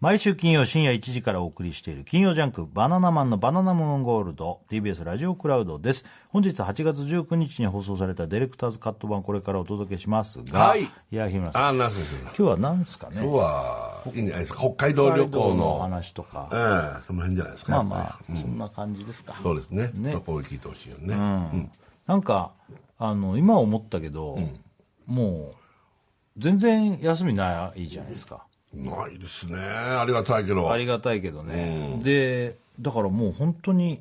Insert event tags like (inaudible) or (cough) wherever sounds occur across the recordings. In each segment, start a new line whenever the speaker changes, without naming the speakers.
毎週金曜深夜1時からお送りしている金曜ジャンクバナナマンのバナナムーンゴールド TBS ラジオクラウドです。本日8月19日に放送されたディレクターズカット版これからお届けしますが、
はい
いや、日村さん、
ああ、なるほど。
今日は何ですかね
今日はいいんじゃないですか。北海道旅行
の
の。
話とか、
ええその辺じゃないですか。
まあ
やっぱ
まあ、そんな感じですか。
りそうですね。
ね
そこを聞いてほしいよね。うん
なんかあの今思ったけど、もう全然休みないじゃないですか
ないですね。ありがたいけど。
ありがたいけどね、でだからもう本当に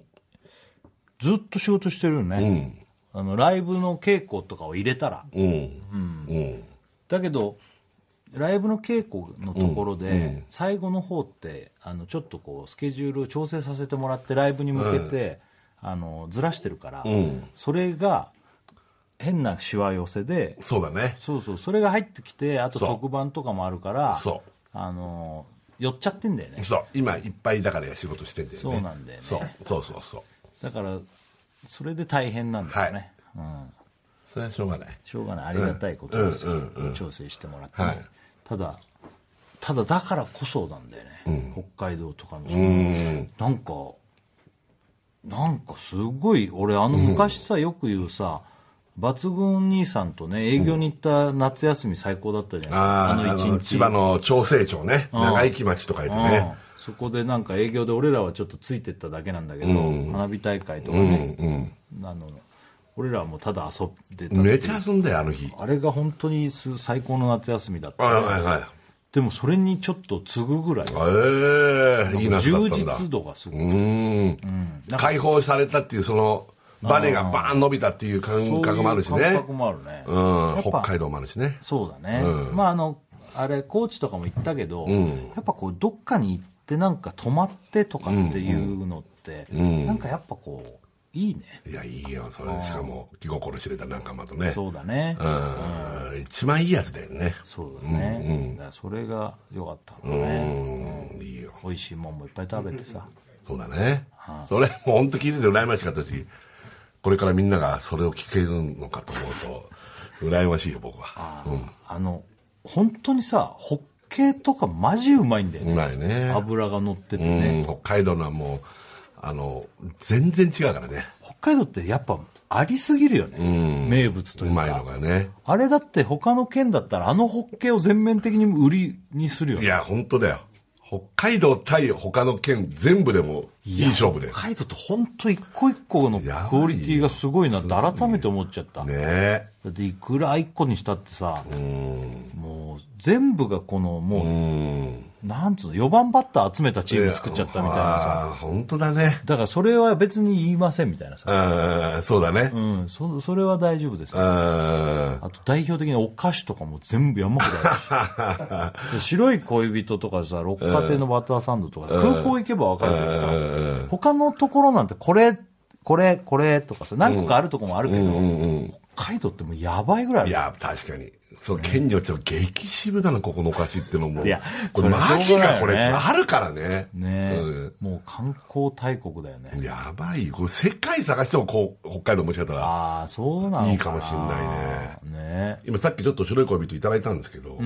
ずっと仕事してるよね、あのライブの稽古とかを入れたら
うん。うん。
だけどライブの稽古のところで、最後の方ってあのちょっとこうスケジュールを調整させてもらってライブに向けて、あのずらしてるから、それが変なしわ寄せで
そうだね。
そうそうそれが入ってきてあと
そう
特番とかもあるから
そ
あの寄っちゃってんだよね
そう。今いっぱいだから仕事してんだよね。
そうなんだよね
そうそうそうそう。
だからそれで大変なんだよね、うん、
それはしょうがない。
しょうがないありがたいことですよ、
うんうんうん
調整してもらって、
はい
ただただだからこそなんだよね、北海道とかのその
うん。
なんかなんかすごい俺あの昔さよく言うさ、抜群兄さんとね営業に行った夏休み最高だったじゃ
あ
ない
あ、あ
ですか、あの
の、
一日
千葉の調整町ね。長生き町と書いてね。
うんそこでなんか営業で俺らはちょっとついてっただけなんだけど、花火大会とかね、あの俺らはもうただ遊んでた
めっちゃ遊んだよ、あの日。
あれが本当にす最高の夏休みだっ
はい
た、
はいはい。
でもそれにちょっと次ぐぐらい
ええいい夏だっ
充
たんだ。
実度がすごい、
うん解放されたっていうそのバネがバーン伸びたっていう
そう
感
いう
覚もあるし
感
ね
覚もあるね、
うん
やっぱ
北海道もあるしね
そうだね、まああのあれ高知とかも行ったけど、やっぱこうどっかに行ってなんか泊まってとかっていうのって、なんかやっぱこういいね
いやいいよそれしかも気心知れた仲間とね
そうだね、
うん一番いいやつだよね
そうだね、だからそれが良かったのね、
うんいいよ
美味しいもんもいっぱい食べてさ、
そうだねそれもう本当聞いてて羨ましかったしこれからみんながそれを聞けるのかと思うと羨ましいよ僕は
あの本当にさホッケーとかマジうまいんだよ
う
ね、
まいね
油が乗ってて
う
ね、
ん北海道のはもうあの全然違うからね
北海道ってやっぱありすぎるよね、名物と
う
いう
まい
か
のがね
あれだって他の県だったらあのホッケーを全面的に売りにするよ
い
ね
や、本当だよ。北海道対他の県全部でもいい勝負で。ね
北海道って本当一個一個の
やばいよ
クオリティがすごいなって改めて思っちゃった、
え。
だっていくら一個にしたってさもう全部がこのもう、
うん。
なんつうの、4番バッター集めたチーム作っちゃったみたいなさ。
ああ、本当だね。
だからそれは別に言いませんみたいなさ。
うん、そうだね
う。ん、そそれは大丈夫です。
うん。あ
あと代表的なお菓子とかも全部山ほどあ
(laughs)
るし。で白い恋人とかさ、六花亭のバターサンドとかさ、空港行けばわかるけどさ、他のところなんてこれ、これ、これとかさ、何個かあるとこもあるけど、北海道ってもうやばいぐらいある
い
よ
や、確かに。そう、県によっては激渋だな、ここのお菓子ってのも。
いや
これ
それは
マ
しょ
ジ
うがないよね
か、これ。あるからね。
ねえ、
う
もう観光大国だよね。
ん。やばいよ。これ世界探しても、こう、北海道もしかしたら。
ああ、そうなのかな。
いいかもしんない
ね。ね
今さっきちょっと白い恋人いただいたんですけど。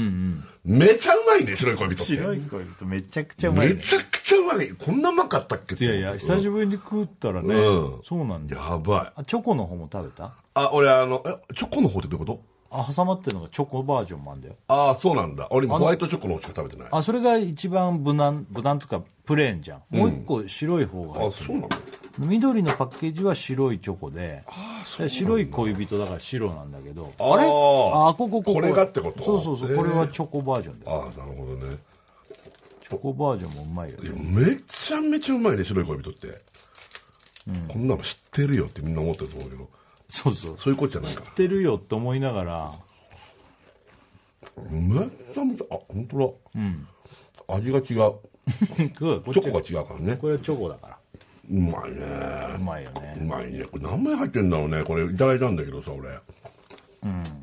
めちゃうまいね、白い恋人って。
白い恋人めちゃくちゃうまい、
め
ね、
ちゃくちゃうまい。こんなうまかったっけ
いやいや久しぶりに食ったらね、
うん
そうなんだよ
やばい。
あチョコの方も食べた
あ、俺あの、え、チョコの方ってどういうこと
あ挟まってるのがチョコバージョンもあるんだよ
ああ、そうなんだ。俺今ホワイトチョコの方しか食べてない。あ
あそれが一番無難無難とかプレーンじゃん、もう一個白い方が入って
そうなの
る緑のパッケージは白いチョコでで白い恋人だから白なんだけど
あー
れあここここ
これがってこと
そうそうそう、
へー
これはチョコバージョンだよ
ああ、なるほどね。
チョコバージョンもうまいよね
めちゃめちゃうまいね、白い恋人って。こんなの知ってるよってみんな思ってると思うけど、
そうそう知
そういうことじゃないから
っ。てるよって思いながら
めちゃめちゃ、あ、本当だ。味が違う。
そうこっ
チ
ち
ョコが違うからね。
これはチョコだから
うまいうね。
まいよね
うまいね。これ何枚入ってんだろうね。これいただいたんだけどさ、俺。 (laughs)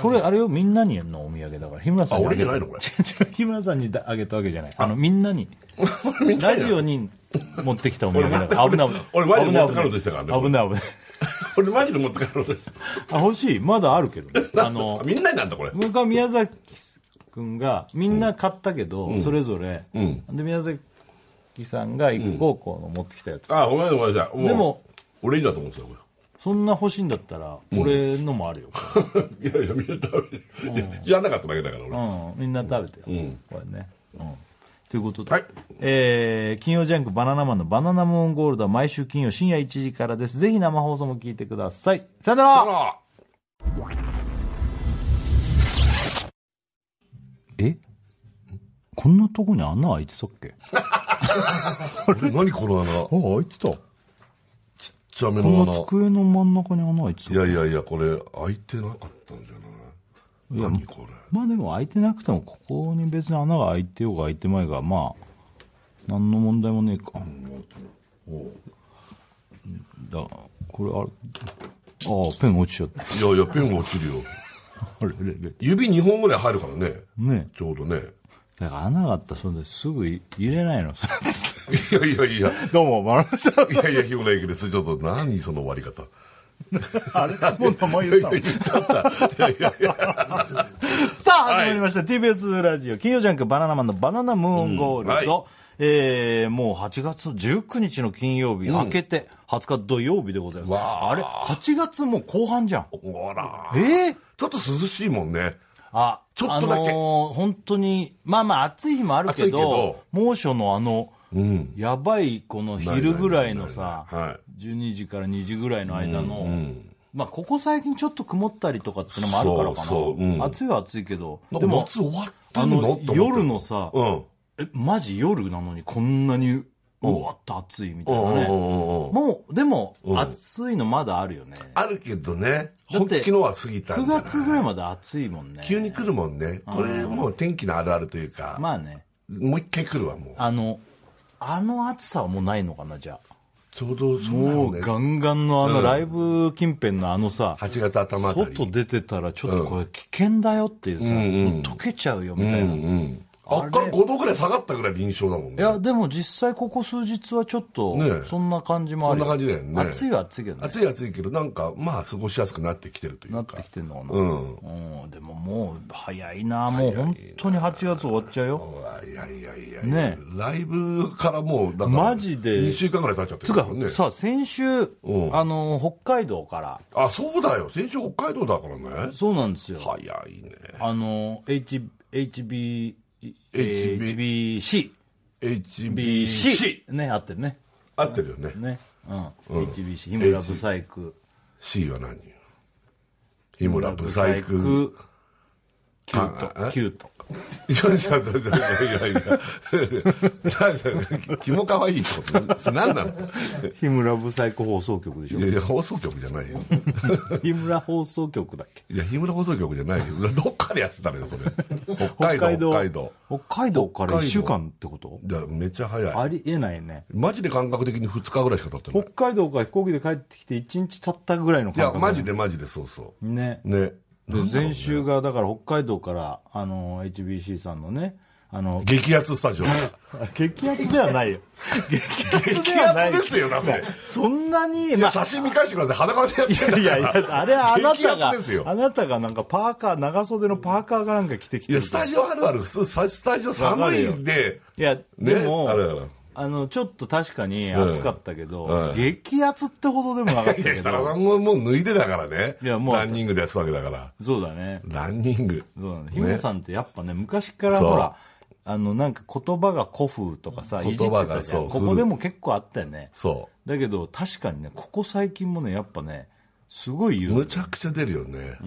これあれよみんなにのお土産だから日村さんに
あ俺じゃ
げ
な
た
いのこれ
違う違う日村さんにだあげたわけじゃないあのみんなにラジオに持ってきたお土産だから危ない危ない
俺マジで持って帰ろうとしてたからね
危ない危ない
俺マジで持って帰ろうと。
あ欲しいまだあるけどねあの
みんなになんだこれ。
僕は宮崎君が、みんな買ったけど、それぞれ、
ん
で、宮崎さんが育高校の持ってきたやつ。
あ、ごめんなさい、ごめんなさい。う
でも、
俺いいだと思ってた、こ
そんな欲しいんだったら、俺のもあるよ。
れ。 (laughs) いやいや、みんな食べる。いや、やんなかっただけだから、俺。
うん、みんな食べてよ、これね、うん、ということで、
はい
えー金曜ジャンクバナナマンのバナナムーンゴールドは毎週金曜深夜1時からですぜひ生放送も聞いてくださいさよなら
あら
えこんなとこに穴開いてたっけあ
俺何この穴。ちっ
開いてた
ちゃめ
こ
の
んな
穴。
机の真ん中に穴開いて
い
た
やいやいや、これ、開いてなかったんじゃない何これ。
まあでも開いてなくてもここに別に穴が開いてようが開いてまいがまあ何の問題もねえかだこれあれああペン落ちちゃった
いやいや、ペンが落ちるよ。
あれれれ
指2本ぐらい入るからね。
ね
ちょうどね。
だから穴があったらそれですぐ入
(laughs)
れないの
いやいやいや。
どうも丸山さん
いやいや、日村駅です。ちょっと、何その終わり方。
あれもう名前
(laughs) いやいや、言っちゃった。いやいやいや。
(laughs) さあ始まりました、TBS ラジオ金曜ジャンクバナナマンのバナナムーンゴールド、
うんはい
えーもう8月19日の金曜日、明けて20日土曜日でございます
わあ
あれ8月もう後半じゃん
ほら。
えー
ちょっと涼しいもんね。
あ
ちょっとだけ
あのー本当にまあまあ暑い日もあるけ
暑
ど
いけど
猛暑のあの
うん。
やばいこの昼ぐらいのさ
ないないない
12時から2時ぐらいの間の、
うん。
まあ、ここ最近ちょっと曇ったりとかってのもあるからか
そ
な。
うそううん
暑いは暑いけど。
なん
で
か
も、
夏終わった
あ
の
の
って思って、る
夜のさ、
うん。
え、マジ夜なのにこんなに、うわっと暑いみた
う
い
んうんう
なね。
んうん。
もう、でも、
うん
暑いのまだあるよね。
あるけどね。
だって
本気のは過ぎた
9
んじゃない
月ぐらいまで暑いもんね。
急に来るもんね。これ、もう天気のあるあるというか、
まあね、
もう一回来るわ、もう。
あの、あの暑さはもうないのかな、じゃあ。
ちょうどそうな
も
の
う
ね。
ガンガンのあ
う
の
ん
ライブ近辺のあのさ、
8月頭あたり。
外出てたらちょっとこれ危険だよっていうさ、
うんうん
もう溶けちゃうよみ
う
たい
ん
な。
うん。あっから5度ぐらい下がったぐらい臨床だもんね。
いや、でも実際ここ数日はちょっと
ねえ、
そんな感じもあ
そん
る
な
よ
感じだよね。
暑いは暑いけどね。
暑い暑いけど、なんか、まあ、過ごしやすくなってきてるとい
な
う
って
か
き。てんのか
う
な。
ん。
うん。でももう、早いなもう本当に8月終わっちゃうよ。
うわいやいやいやいや
ね
ライブからもう、だから、
マジで
2週間ぐらい経っちゃって
つ
る
う
から
か
ね。、
さ、先週、
ん
あの、北海道から、
あ、そうだよ。先週北海道だからね。
そうなんですよ。
早いね。
あの、H、HB、
HB
HBC。
HBC。
BC。ね、あってね。
合ってるよね。
ね。うん。HBC、日村ブサイク。
C は何日村ブサイク。
キュー
あ
ト。キュート。
いやいやいやいやいや。なんだ気も可愛いってこと何なの
日村ブサイク放送局でしょ
いやいや、放送局じゃないよ。
日村放送局だっけ
いや、日村放送局じゃないよ。どっかでやってたのよ、それ。北海道、北海道。
北海道から
北海道
1週間ってこと
だからめっちゃ早い。
ありえないね
マジで感覚的に2日ぐらいしか経ってない。
北海道から飛行機で帰ってきて1日経ったぐらいの
い
感
や、
覚
マジでマジでそうそ
ね
う。ね。
で前週がだから北海道からあの HBC さんのねあの (laughs)
激アツスタジオ。
激アツではないよ激アツで
(laughs) 激
は
ア
ない
ツですよ、だって。
そんなにまあ
写真見返してください。裸でやってんだから
い
(laughs)
やいやあれはあなた
激ア
が
ツですよ
あなたがなんかパーカー長袖のパーカーがなんか着てきて
い
る
や、スタジオあるある、普通、さスタジオ寒いんで、
いや、
ね
でも
あれだから
あのちょっと確かに暑かったけど、
うんうん
激熱ってほどでもなかった
い
け
や、設楽さ
ど
んももう脱いでだからね。
いやもう
ランニングでやってたわけだから。
そうだね
ランニング。
そうだね日村さんってやっぱね昔からほらあのなんか言葉が古風とかさいじって
言葉が
たじゃ
そうん
ここでも結構あったよね
そ。
だけど確かにねここ最近もねやっぱねすごいう言う
むちゃくちゃ出るよね。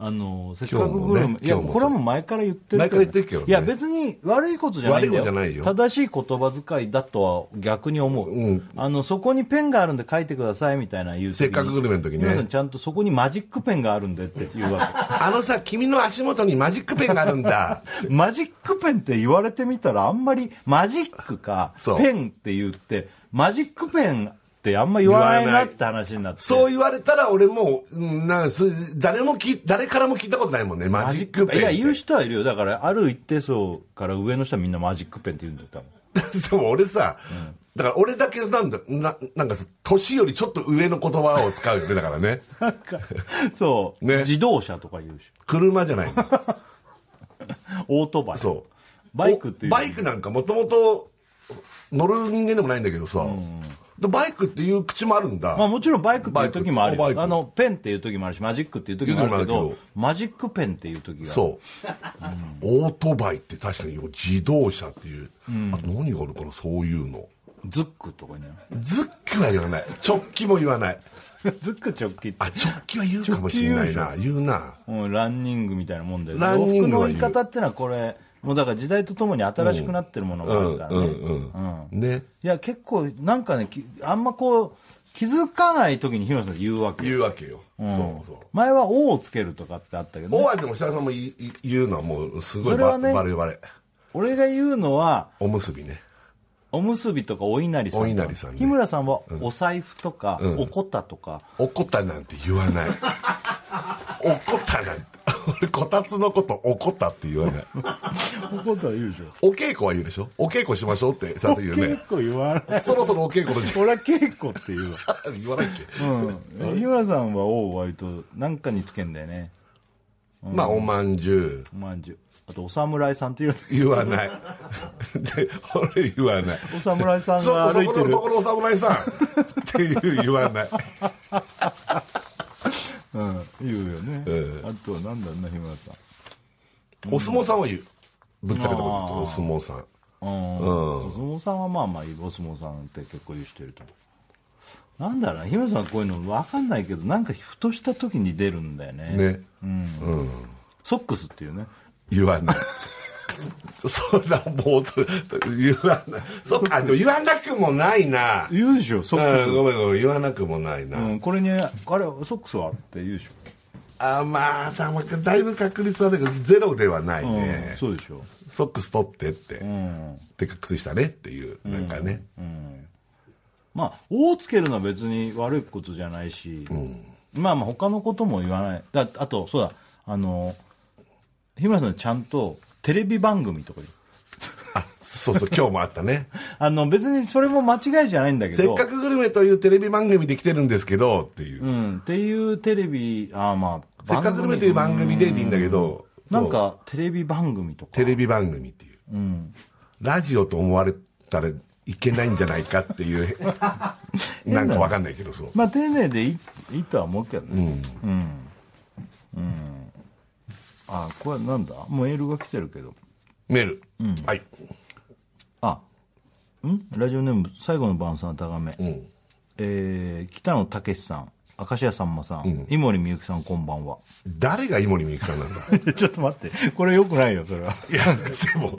あのせっかくグ
今
ルメ、
日もね
いや
今日もそう
これはもう前から言ってる
前から言ってるけどね
いや別に悪いことじゃない
悪い
んだよ
ことじゃないよ
正しい言葉遣いだとは逆に思う、
うん
あのそこにペンがあるんで書いてくださいみたいな言う時に
せっかくグルメの時ね
皆さんちゃんとそこにマジックペンがあるんでって言うわ
あのさ、君の足元にマジックペンがあるんだ。 (laughs)
けマジックペンって言われてみたらあんまりマジックか
そう
ペンって言ってマジックペンってあんま言わないなって話になって
そう言われたら俺もう、うんなんす誰もき、誰からも聞いたことないもんね、マジックペンっ
い
て。
や言う人はいるよだからある一定層から上の人はみんなマジックペンって言うんだよ多分
でも俺さ、だから俺だけなんだ、ななんかさ、年よりちょっと上の言葉を使うよね、だからね。 (laughs)
なん (laughs) か、そう、
ね
自動車とか言うし。
車じゃないの。
オートバイ。
そう
バイクっていう。
おバイクなんかもともと乗る人間でもないんだけどさ、でバイクっていう口もあるんだ、
まあもちろんバイクっていう時もある
バイク
よ。あの、ペンっていう時もあるし、マジックっていう時もあるけ
いう時もあ
ど
るけ、
マジックペンっていう時が。
そう、オートバイって確かに自動車っていう、あと何があるかなそういうの
ズックとかね。
ズッキは言わない直帰も言わない
(laughs) ズック直帰って
あ直帰は言うかもしれないな言うな
うん、ランニングみたいなもんで
ランニング
洋
は
服の言い方ってのはこれもうだから時代とともに新しくなってるもの
う
がある
ん
からね、
うんうん、ね
いや結構なんかねきあんまこう気づかない時に日村さん言うわけよ
言うわけよ、そうそう
前は「お」をつけるとかってあったけど、
大
ね、
和でも設楽さんもいい言うのはもうすごい
それは
バ,、
ね
バレバレ
俺が言うのは
おむすびね
おむすびとかお稲荷さんと
お
か
稲荷さんね
日村さんはお財布とか、おこたとか
おこたなんて言わ
(laughs)
ないおこたなんて俺こたつのことおこたって言わない
おこた言うでしょ
お稽古は言うでしょお稽古しましょうってさすが言うね
結構言わない
そろそろお稽古の時間
俺は結構って言うわ
言わないっけ、
うん日村さんは「お」を割となんかにつけんだよね
まあおまんじゅ
おまんじゅうあとお侍さん (laughs) っていう
う言わないで俺言わない
お侍さん
そ
が
こそ
歩い
こ
て
の
る
そこのお侍さんっていう言わない
うん言うよね、
え
あとはなんだろうな日村さん
お相撲さんは言うぶっちゃけたこと言う
あー
とお相撲さん
うん、お相撲さんはまあまあお相撲さんって結構言う人いると思うなんだろうな日村さんこういうの分かんないけどなんかふとした時に出るんだよね
ね
ソックスっていうね
言わないそんなもう言わないそっかでも言わなくもないな
言うでしょソックス、
うん、ごめんごめん言わなくもないな、
うんこれにあれソックスはって言うでしょ、
あまあだだいぶ確率はあるけどゼロではない
うん
ね、
そうでしょ
ソックス取ってって、
うん
てか靴下ねっていうなんかね、
まあ「お」をつけるのは別に悪いことじゃないし、まあまあ他のことも言わないだあとそうだあの日村さんちゃんとテレビ番組とか言う
あそうそう今日もあったね
あの別にそれも間違いじゃないん (laughs) だけど
せっかくグルメというテレビ番組で来てるんですけどっていう、
うん、っていうテレビああまあ
せっかくグルメという番組ででいいんだけど
な
そうん
かテレビ番組とか
テレビ番組っていう、ラジオと思われたらいけないんじゃないかっていう
(laughs)
なんかわかんないけどそう
まあ丁寧でいいいいとは思うけどねうんうん、あこれなんだもうメールが来てるけど
メール、はい、
あんラジオネーム最後の晩餐高め、
うん、
えー北野武さん明石家さんまさん、井森美幸さんこんばんは (laughs)
誰が井森美幸さんなんだ
ちょっと待ってこれよくないよそれはい
や、でも、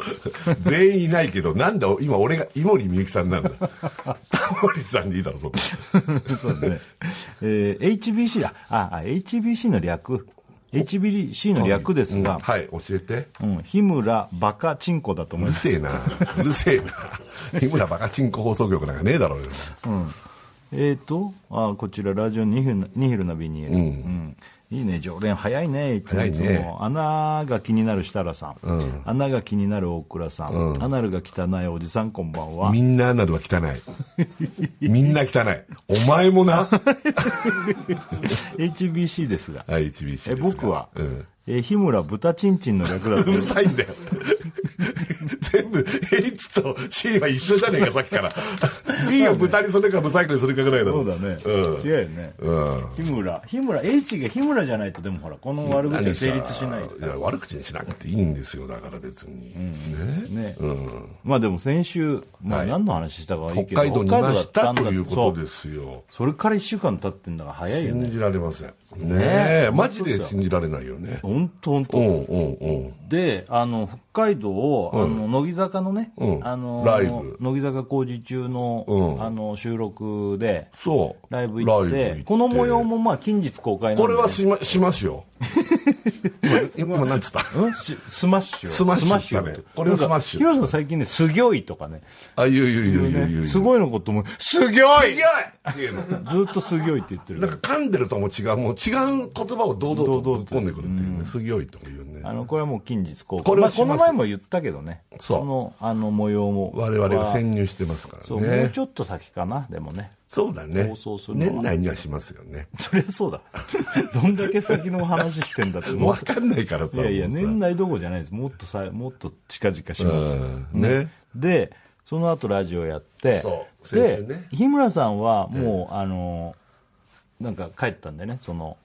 全員いないけど、なんだ、今俺が、井森美幸さんなんだ。タモリさんでいいだろ、そこ。
そうだね。 (laughs) えー HBC だ。あ、あ HBC の略。HBC の略ですが、
はい、教えて。
うん、日村バカチンコだと思
う
いま
る
す。
せえな。うるせえな。日村バカチンコ放送局なんかねえだろうよ。
えっ、と、あ、こちらラジオニヒルナニヒルナビニエル、うん。いいね、常連早いね、いつも
早い
い
ね
つも。穴が気になる設楽さん,、穴が気になる大倉さん,、アナルが汚いおじさんこんばんは。
みんなアナルは汚い。みんな汚い。お前もな。
HBC ですが。
はい、HBC です
え
が
僕は、
うん。
えー日村豚チンチンの略
う
だと思い
る
ます。
さいんだよ。全部 H と C は一緒じゃねえ
(laughs)
か、さっきから。B を豚にするか、ブサイクにするかぐらいだ
そ
ろ。
うだね、
うん。
違うよね、日村日村 H が日村じゃないとでもほらこの悪口は成立しない
いや悪口にしなくていいんですよだから別に、ね
ね、まあでも先週、まあ、何の話したかはいいけ
北
ど、
海道にいまし
北
た
海道だったんだ
ということ
そう
ですよ
それから1週間経ってんだから早いよね
信じられませんね
え
えマジで信じられないよね
本当本当、
うんうんうん
であの北海道を、あの乃木坂のね、
うん
あの
ライブ
乃木坂工事中の,、
うん
あの収録で
そう
ライブ行って
ライブ行
この模様もまあ近日公開なんで
これはしまします
(laughs)
よ今今なんつった
うんしスマッシュを
スマッシュ
を
だねこれをスマッシュ
なんかヒロさん最近ね「すぎょい」とかね
あいういういういういう
すごいのことも「すぎょ
強い
い!
っていうの」
ずっと「すぎょい」って言って
なん
る
か噛んでるとも違うもう違う言葉を堂々と
堂
ぶっ
々と
込んでくるっていうね強いというね
あのこれはもう近日公開
これを
まあ、
し
こ
ま
の
す
前も言ったけどね
そう
のあの模様も
我々が潜入してますから
そうもう
ね
ちょっと先かなでもね
そうだね
放送するのは
年内にはしますよね
そりゃそ
(laughs)
うだ。どんだけ先の話してんだって。もっ
わ
と
かんないからさ
いやいや、
もうさ
年内どころじゃないです。もっとさ、もっと近々しますよ
うんね
で、その後ラジオやって
そう、先
で
週、ね
日村さんはもう、あの、なんか帰ったんだよね、その、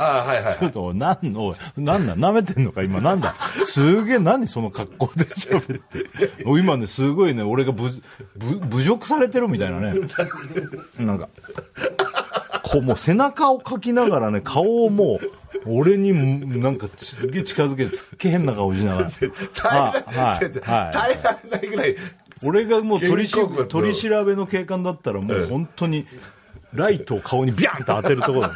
ああはいはい
ちょっと、なんの、なんなん、舐めてんのか、今、なんだ。すげえ、何その格好で喋って。お今ね、すごいね、俺がぶ、ぶ、侮辱されてるみたいなね。なんか。こう、もう背中をかきながらね、顔をもう、俺に、なんか、すげえ近づけて、すっげえ変な顔しながら。
耐えられ
は
ないい違う違う
は
(laughs)
い
耐えられないぐらい
俺がもう取りし
肩甲骨を
取り調べの警官だったらもう本当にライトを顔にビャンと当てるところだ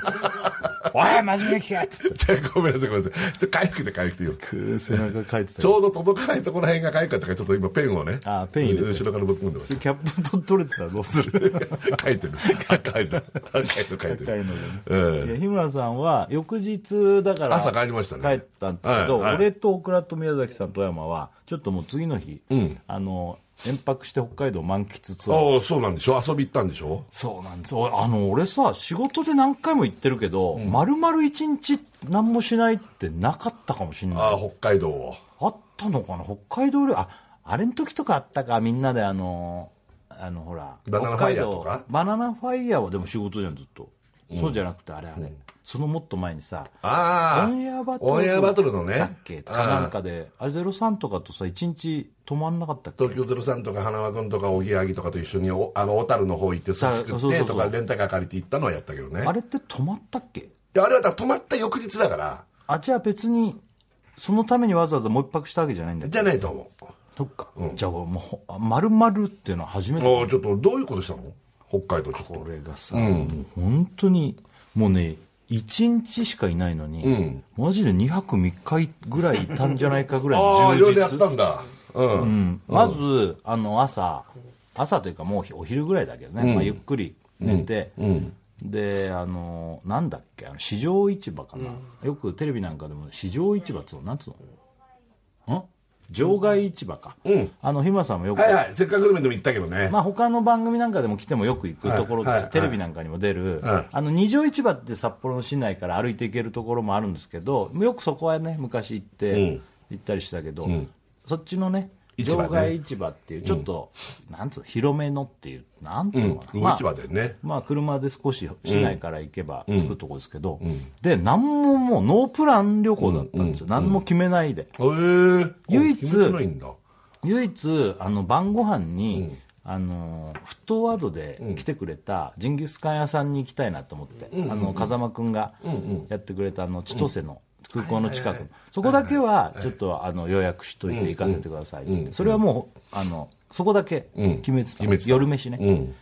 おい真面目に聞けっつって
じゃあごめんなさいごめんなさいちょっと回復で回復でよ
くー背中かいてた
ちょうど届かないところらへんがかゆかったからちょっと今ペンをね
あペン入れて
後ろからぶっ込んで
(laughs)
ます
キャップと取れてたらどうする
書いてる赤いの赤いの書いて
高い
る
のでね、
うん
いや日村さんは翌日だから
朝帰りましたね
帰ったんだけど、
はいはい
俺とオクラと宮崎さんと山はちょっともう次の日、あの遠泊して北海道満喫ツアー
ああそうなんでしょ遊び行ったんでしょ
そうなんです俺あの俺さ仕事で何回も行ってるけど、丸々一日何もしないってなかったかもしれない
ああ北海道を
あったのかな北海道料理ああれの時とかあったかみんなであのあのほら
バナナファイヤーとか
北海道バナナファイヤーはでも仕事じゃんずっと、そうじゃなくてあれあれ、そのもっと前にさ
ああ
オンエアバトル
オンエアバトルのね
だっけかなんかであれ03とかとさ一日止まんなかったっけ
東京ゼロさんとか花輪君とかおぎやはぎとかと一緒におあの小樽の方行って寿司
そう
食
そ
っ
うそ
て
う
とかレンタカー借りて行ったのはやったけどね
あれって止まったっけ
であれはだから泊まった翌日だから
あじゃあ別にそのためにわざわざもう一泊したわけじゃないんだよ
じゃないと思う
そっか、じゃあ俺もうほあ丸々っていうのは初めて
もうちょっとどういうことしたの北海道ちょっと
俺がさ、もう本当にもうね1日しかいないのに、マジで2泊3日ぐらいいたんじゃないかぐらい
ああ
の
い
充
ろいろやっ
実、
たんだうん、
うんまずあの朝朝というかもうお昼ぐらいだけどね、まあ、ゆっくり寝て、であのなんだっけあの市場市場かな、よくテレビなんかでも市場市場っつうのなんつうのん場外市場か、あの日村さんもよく
はいはいせっかくグルメでも行ったけどね、
まあ、他の番組なんかでも来てもよく行くところです、
はいはい
テレビなんかにも出る、
はい
あの二条市場って札幌の市内から歩いて行けるところもあるんですけどよくそこはね昔行って、
うん
行ったりしたけど、そっちのね
市場ね
場外市場っていうちょっと、なんつうの広めのっていうなんつうのかな、
魚
まあ
市場でね、
まあ、車で少し市内から行けば着くとこですけど、で何ももうノープラン旅行だったんですよ、何も決めないで、
へえ
唯一
決めてないんだ
唯一あの晩ご飯に、あのフットワードで来てくれたジンギスカン屋さんに行きたいなと思って、あの風間君がやってくれたあの千歳の空港の近く、そこだけはちょっとあの予約しといて行かせてくださいっつって、それはもうあのそこだけ決めてた,、
決めてた
夜飯ね、
うん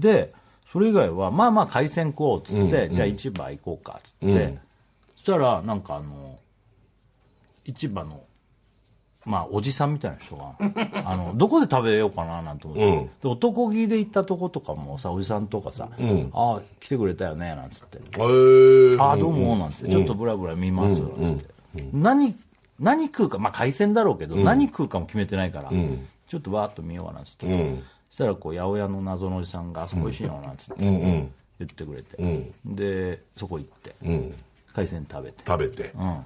でそれ以外はまあまあ海鮮食おうっつって、じゃあ市場行こうかっつって、そしたらなんかあの市場のまあおじさんみたいな人が (laughs) あのどこで食べようかななんて思って、
うん
で男気で行ったとことかもさおじさんとかさ「ああ来てくれたよね」なんつって
へえ
「ああどうも」なんつって、ちょっとブラブラ見ます」なんつって、何何食うかまあ海鮮だろうけど、何食うかも決めてないから、ちょっとわーっと見ようかなんつって、
うん
そしたらこう八百屋の謎のおじさんが「あそこ美味しいよ」なんつって
うんうん
言ってくれて、でそこ行って、
ん
海鮮食べて、
食べて
うん、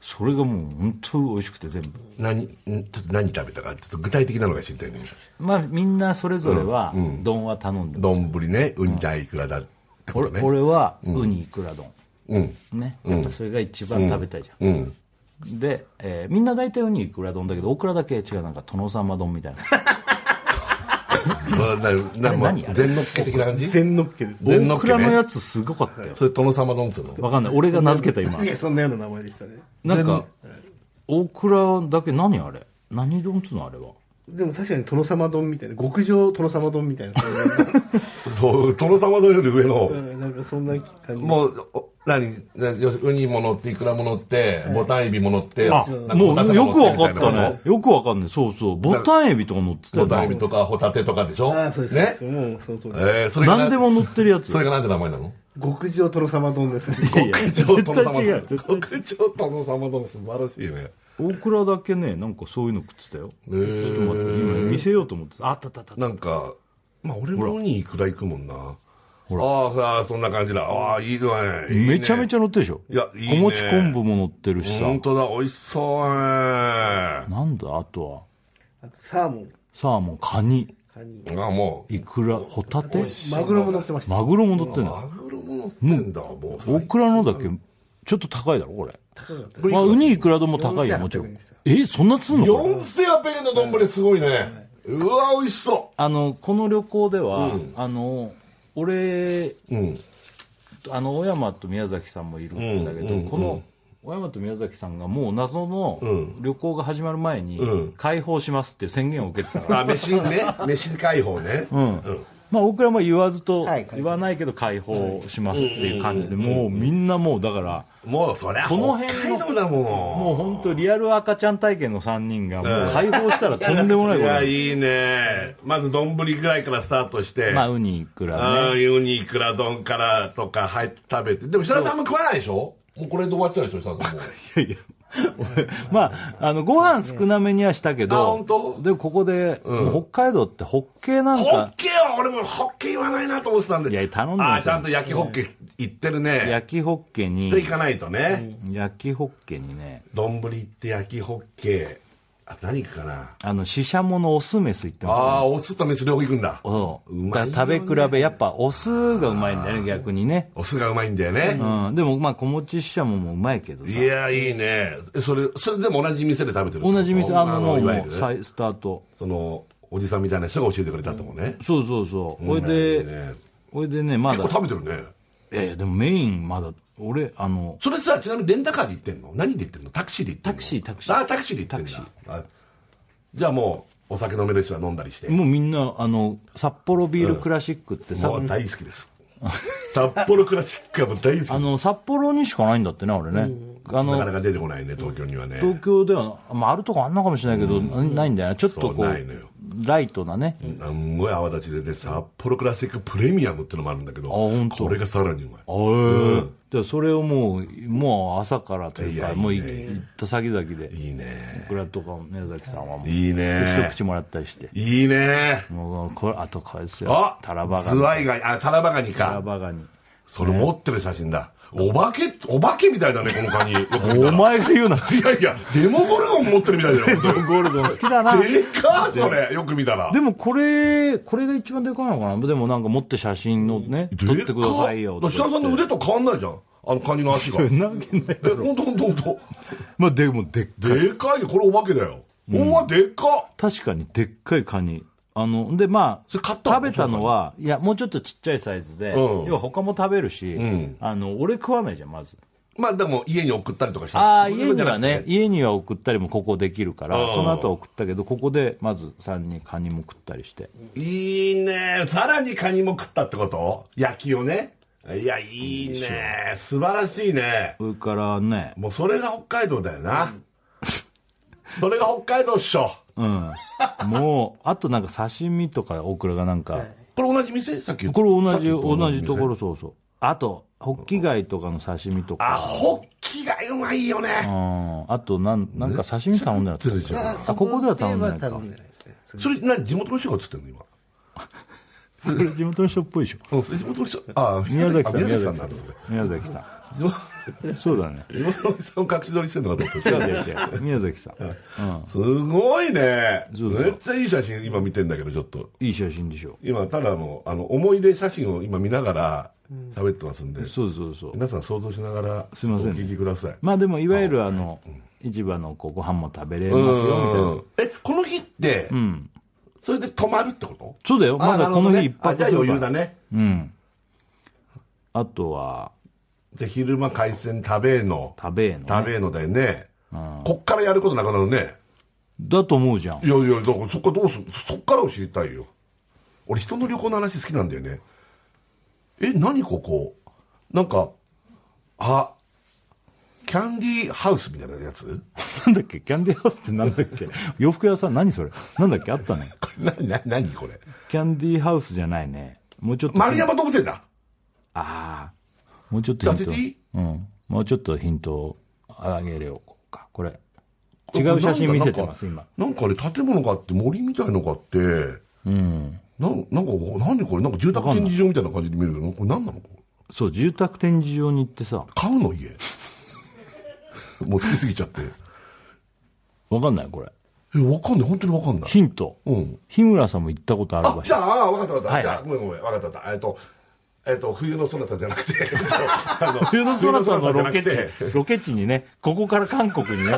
それがもう本当に美味しくて全部
何んちょっと何食べたかちょっと具体的なのが知りたいね
まあみんなそれぞれは丼は頼んでます、
丼ねウニ大いくらだってことね
俺俺はウニいくら丼、
うん
ねやっぱそれが一番食べたいじゃん、
うん
で、えーみんな大体ウニいくら丼だけどオクラだけ違うなんか殿様丼
(laughs)
みたいな
ななな
何あれ
全のっけ的な感じ
全のっけです。
全の
オ
っ
ク
け
ラの
ね
やつすごかった
(laughs)
よ
それ殿様丼っつうの
わかんない俺が名付け
(laughs)
た今
確かにそんなような名前でしたね。
なんかオクラだけ何あれ何丼っつうのあれは
でも確かに殿様丼みたいな、極上殿様丼みたいな、そ
そう殿様丼より上の、
(laughs)
んなうんなんかそんな感じ。
もうお何なよしウニも乗っていくらも乗ってボタンエビも乗って
あ、
なん
も
ホタテも
うよ
乗
くわ
て
かっ
みい
た
な
ね。よくわかんない。そうそう。ボタンエビとか乗ってたよ
ボタンエ
な。
ビとかホタテとかでしょ
ああ、そうです、
ね
そうですもうその通り。
えー、それが
何でも乗ってるやつ
そ。れがなんて名前なの
極上殿様丼ですね。
いやいや
極上殿
絶対違
様
う絶
丼極上殿様丼素晴らしいね
大倉だけね、なんかそういうの食ってたよ。ちょっと待って、今見せようと思ってたああったあったあった。
なんかまあ俺もウニいくらいくもんなああ、ああそんな感じだ。ああ、いいのね。いいね
めちゃめちゃ乗ってるでしょ。
いやいいね
小餅昆布も乗ってるしさ。
本当だ、美味しそうね。
なんだ、あとは。
あとサーモン、
サーモン、カニ、
カニ、
あもう、
イクラ、ホタテ、
マグロも乗ってました。
マグロも乗ってんだ。
マグロも乗ってんだ、もう。
オクラのだっけちょっと高いだろ、これ。
高かったです。
まあ、ウニ、イクラ丼も高いよ、もちろ
4800円
ん
ですよ。
え、そんなつんのこれ
4800円の丼すごいね。うわ、美味しそ
あの、この旅行では、あの、俺、
う。うん。
あの、小山と宮崎さんもいるんだけど、この、小山と宮崎さんがもう謎の旅行が始まる前に、
うん
解放しますっていう宣言を受けてたから、
あ、飯ね。飯解放ね。うん。
まあ、大倉も言わずと
はい、
言わないけど解放しますっていう感じで、もうみんなもうだから、
もうそりゃ、
この辺の
北海道だもん。
もう本当リアル赤ちゃん体験の3人が、もう解放したらとんでもない
い
こと
や、
に
いいね。まず丼ぐらいからスタートして。
まあ、ウニいくら
あ
ね。
あ、ユニイクラ丼からとか入って食べて。でも、設楽さんあんま食わないでしょもうこれで終わっちゃうでしょ、設楽
(laughs)
さんもう。
まあ、あの、ご飯少なめにはしたけ
あ
ど
本当、
でもここで、もう北海道ってホッケなん
ホ
か
ッ、ケは俺もホッケ言わないなと思ってたんで。
いや頼んで
あ
ま
あ、
す
ち
よ
ゃんと焼きホッケ行ってるね。
焼きホッケ
で行
に、
かないとね。
焼きホッケにね、
丼行って焼きホッケ。あ、何行くかな。
あの、ししゃものオスメスいってますから
ああ、オスとメス両方行くんだ。
そう
うまいよね
だから食べ比べ、やっぱオスがうまいんだよね、逆にね。
オスがうまいんだよね。
うん。でも、まあ、小餅ししゃももうまいけどさ
い。や、いいね。えそれ、それでも同じ店で食べてる
同じ店、あの、も、
いうわゆる。
再スタート。
その、おじさんみたいな人が教えてくれたとこね。
そうそうそう。これ
いい
で、
ね
これでね、ま
結
だ
構、食べてるね。
いやいや、でもメインまだ、俺、あの、
それさ、ちなみにレンタカーで行ってんの何で行ってんのタクシーで行ってんの
タクシータクシー
あ、タクシーで行ってんだ。
タク
あじゃあもう、お酒飲める人は飲んだりして。
もうみんな、あの、札幌ビールクラシックってさ、
もう大好きです。札幌クラシックはもう大好
あ
き。
の、札幌にしかないんだってな、俺ね。
な
あ
かな
の、
か出てこないね、東京にはね。
東京では、まあ、あるとこあんのかもしれないけど、ないんだよな。ちょっと
そ
こ
うないのよ
う、ライトなね。
なんごい泡立ちでね、札幌クラシックプレミアムってのもあるんだけど、
ほんと
これがさらにうまい。
おいでそれをもう、もう朝からという
いやい
か、
いね
もうい行った先々で、
いいね。
僕らとか宮崎さんはもう、
いい
一
ね。
口もらったりして。
いいね。
もう、これ、あとこれですよ
あ。
タラバガ
ズ
ニ。
ワイガニ、あ、タラバガニ
タラ
か。
バガニ。
それ持ってる写真だ。お化け、お化けみたいだね、このカニ。よく見たら
お前が言うな。
いやいや、デモゴルゴン持ってるみたいだよ。本
ゴールドン好きだな
当。に (laughs) でかっそれ、よく見たら。
でもこれ、これが一番でかいのかなでもなんか持って写真のね、撮ってくださいよ
で
と
っ
か
か設楽さんの腕と変わんないじゃん。あのカニの足が。え、
(laughs) なわけない。
ほんとほんとほんと。
まあでもでっ、
でかいよ、これお化けだよ。うわ、でかっ
確かにでっかいカニ。あの、でまあ、
それ買ったの
食べたのは、いや、もうちょっとちっちゃいサイズで、
うん
要は他も食べるし、
ん
あの、俺食わないじゃん、まず。
まあでも家に送ったりとかして。
ああ、
そう
家
いうこと
に
じゃな
は
くて
ね、。家には送ったりもここできるから、
うん
その後は送ったけど、ここでまず3人カニも食ったりして。
いいね。さらにカニも食ったってこと焼きをね。いや、いいね。素晴らしいね。
それからね、
もうそれが北海道だよな。 (laughs) それが北海道っしょ。
うん。もう、あとなんか刺身とかオクラがなんか、
これ同じ店さっき言った
これ同じ、
さっきと
同じとこ
ろ。
ろ、そうそう。あと、ホッキ貝とかの刺身と
あ、
か。
ホッキがうまいよ
う
ね。
ん。あと、なん、なんか刺身頼んでなか
めっちゃ食って
っ
るじ
た
ゃん
あ、ここでは頼んでないか
そこでは頼。んでないですね。それ
それ、な地元の人が釣ってんの今。
これ地元の人っぽいでしょ。
うん、それ地元の人。あ、
宮崎さん
あ宮崎さんなんだ、
宮崎さ
それ。
ん。そうだね。
地元の人を隠し撮りしてんのかと思っ
違う
て。
違う違う。宮崎さん。うん。
すごいね。
そうそう
めっちゃいい写真今見てんだけど、ちょっと。
いい写真でしょ。
今、ただの、あの、思い出写真を今見ながら喋ってますんで、
そうそうそう。
皆さん想像しながら、
すいません
お聞きください。
まあでも、いわゆるあの、市場のこうご飯も食べれます
う
よ、
んえ、この日って、
みたいな。うん。
それで泊まるってこと
そうだよ。まだこの
あな
日
る
一
ほどねあ
泊
じゃあ
する
余
か
裕だ
ら
ね。
うん。あとは、
じゃあ昼間海鮮食べーの。
食べえの
食
ね。
べーのだよね。
うん
こっからやることなくなるね。
だと思うじゃん。
いやいや、だからそこどうすそっからを知りたいよ。俺人の旅行の話好きなんだよね。え、何ここなんか、あ、キャンディーハウスみたいなやつ (laughs)
なんだっけキャンディーハウスってなんだっけ (laughs) 洋服屋さん何それなんだっけあったね。
これ何、何、何これ。
キャンディーハウスじゃないね。もうちょっと。
丸山動物園だ。
ああ。もうちょっとヒ
当
ント
てていい。
うん。もうちょっとヒントをあげれようか。これ。違う写真見せてます、今。
なんかなんかなんかあれ、建物があって、森みたいのがあって、
うん。
なんなんか何これなんか住宅展示場みたいな感じで見えるけどこれ何なのこれ
そう、住宅展示場に行ってさ、
買うの家 (laughs) もう好きすぎちゃって
わかんないこれ。
えわかんない本当にわかんない
ヒント。
うん
日村さんも行ったことある
あ
場
じゃ
所。
ああ分かった分かった、
はいはい
じゃあごめんごめん分かった分かったえっとえっと冬の空たじゃなくて (laughs) えっとあの
冬の空さんのロケ
冬の空じゃなくて
地、ロケ地にね、ここから韓国
(laughs)
にね、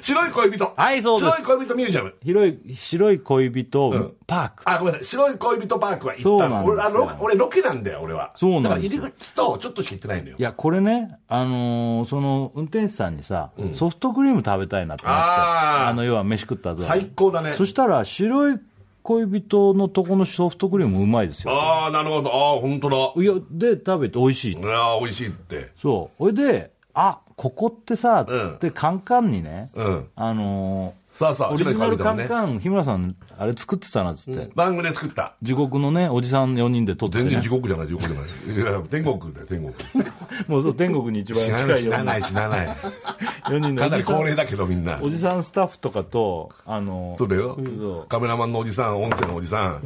白い恋人
はいそうです
白い恋人ミュージアム
広い、白い恋人
ん、
パーク。
あごめんなさい白い恋人パークは行った
そうなんですよ
俺あロ俺ロケなんだよ俺は
そうなんです
だ
よ
から入り口とちょっとしか行ってないのよ
いや、これね、あのーその、運転手さんにさ、ソフトクリーム食べたいなってなって、
あー
あの、要は飯食ったぞ。
最高だね
そしたら、白い恋人のとこのソフトクリームうまいですよ。
ああなるほどああ本当だ
いや、で、食べて美味しい。
ああ美味しいって
そう。ほいで、あ、ここってさ、つって、カンカンにね、
うん
あの
さあさ
ー
あ
オリジナル
白
カ
い恋人も
ン
ね
カン、日村さん、あれ作ってたな、つって。
番組で作った
地獄のね、おじさん4人で撮って
全然地
ね。
獄じゃない地獄じゃないいや天国だよ天国
(laughs) もうそう、天国に一番
知らな
近
い
い
知
よ
ら
うな
ない知ら
(laughs)
ない
4人の
かな
おじ
り
さ
高
ん
齢だけどみんな
おじさんスタッフとかと、あの、
そうだよ
そう
カメラマンのおじさん音声のおじさん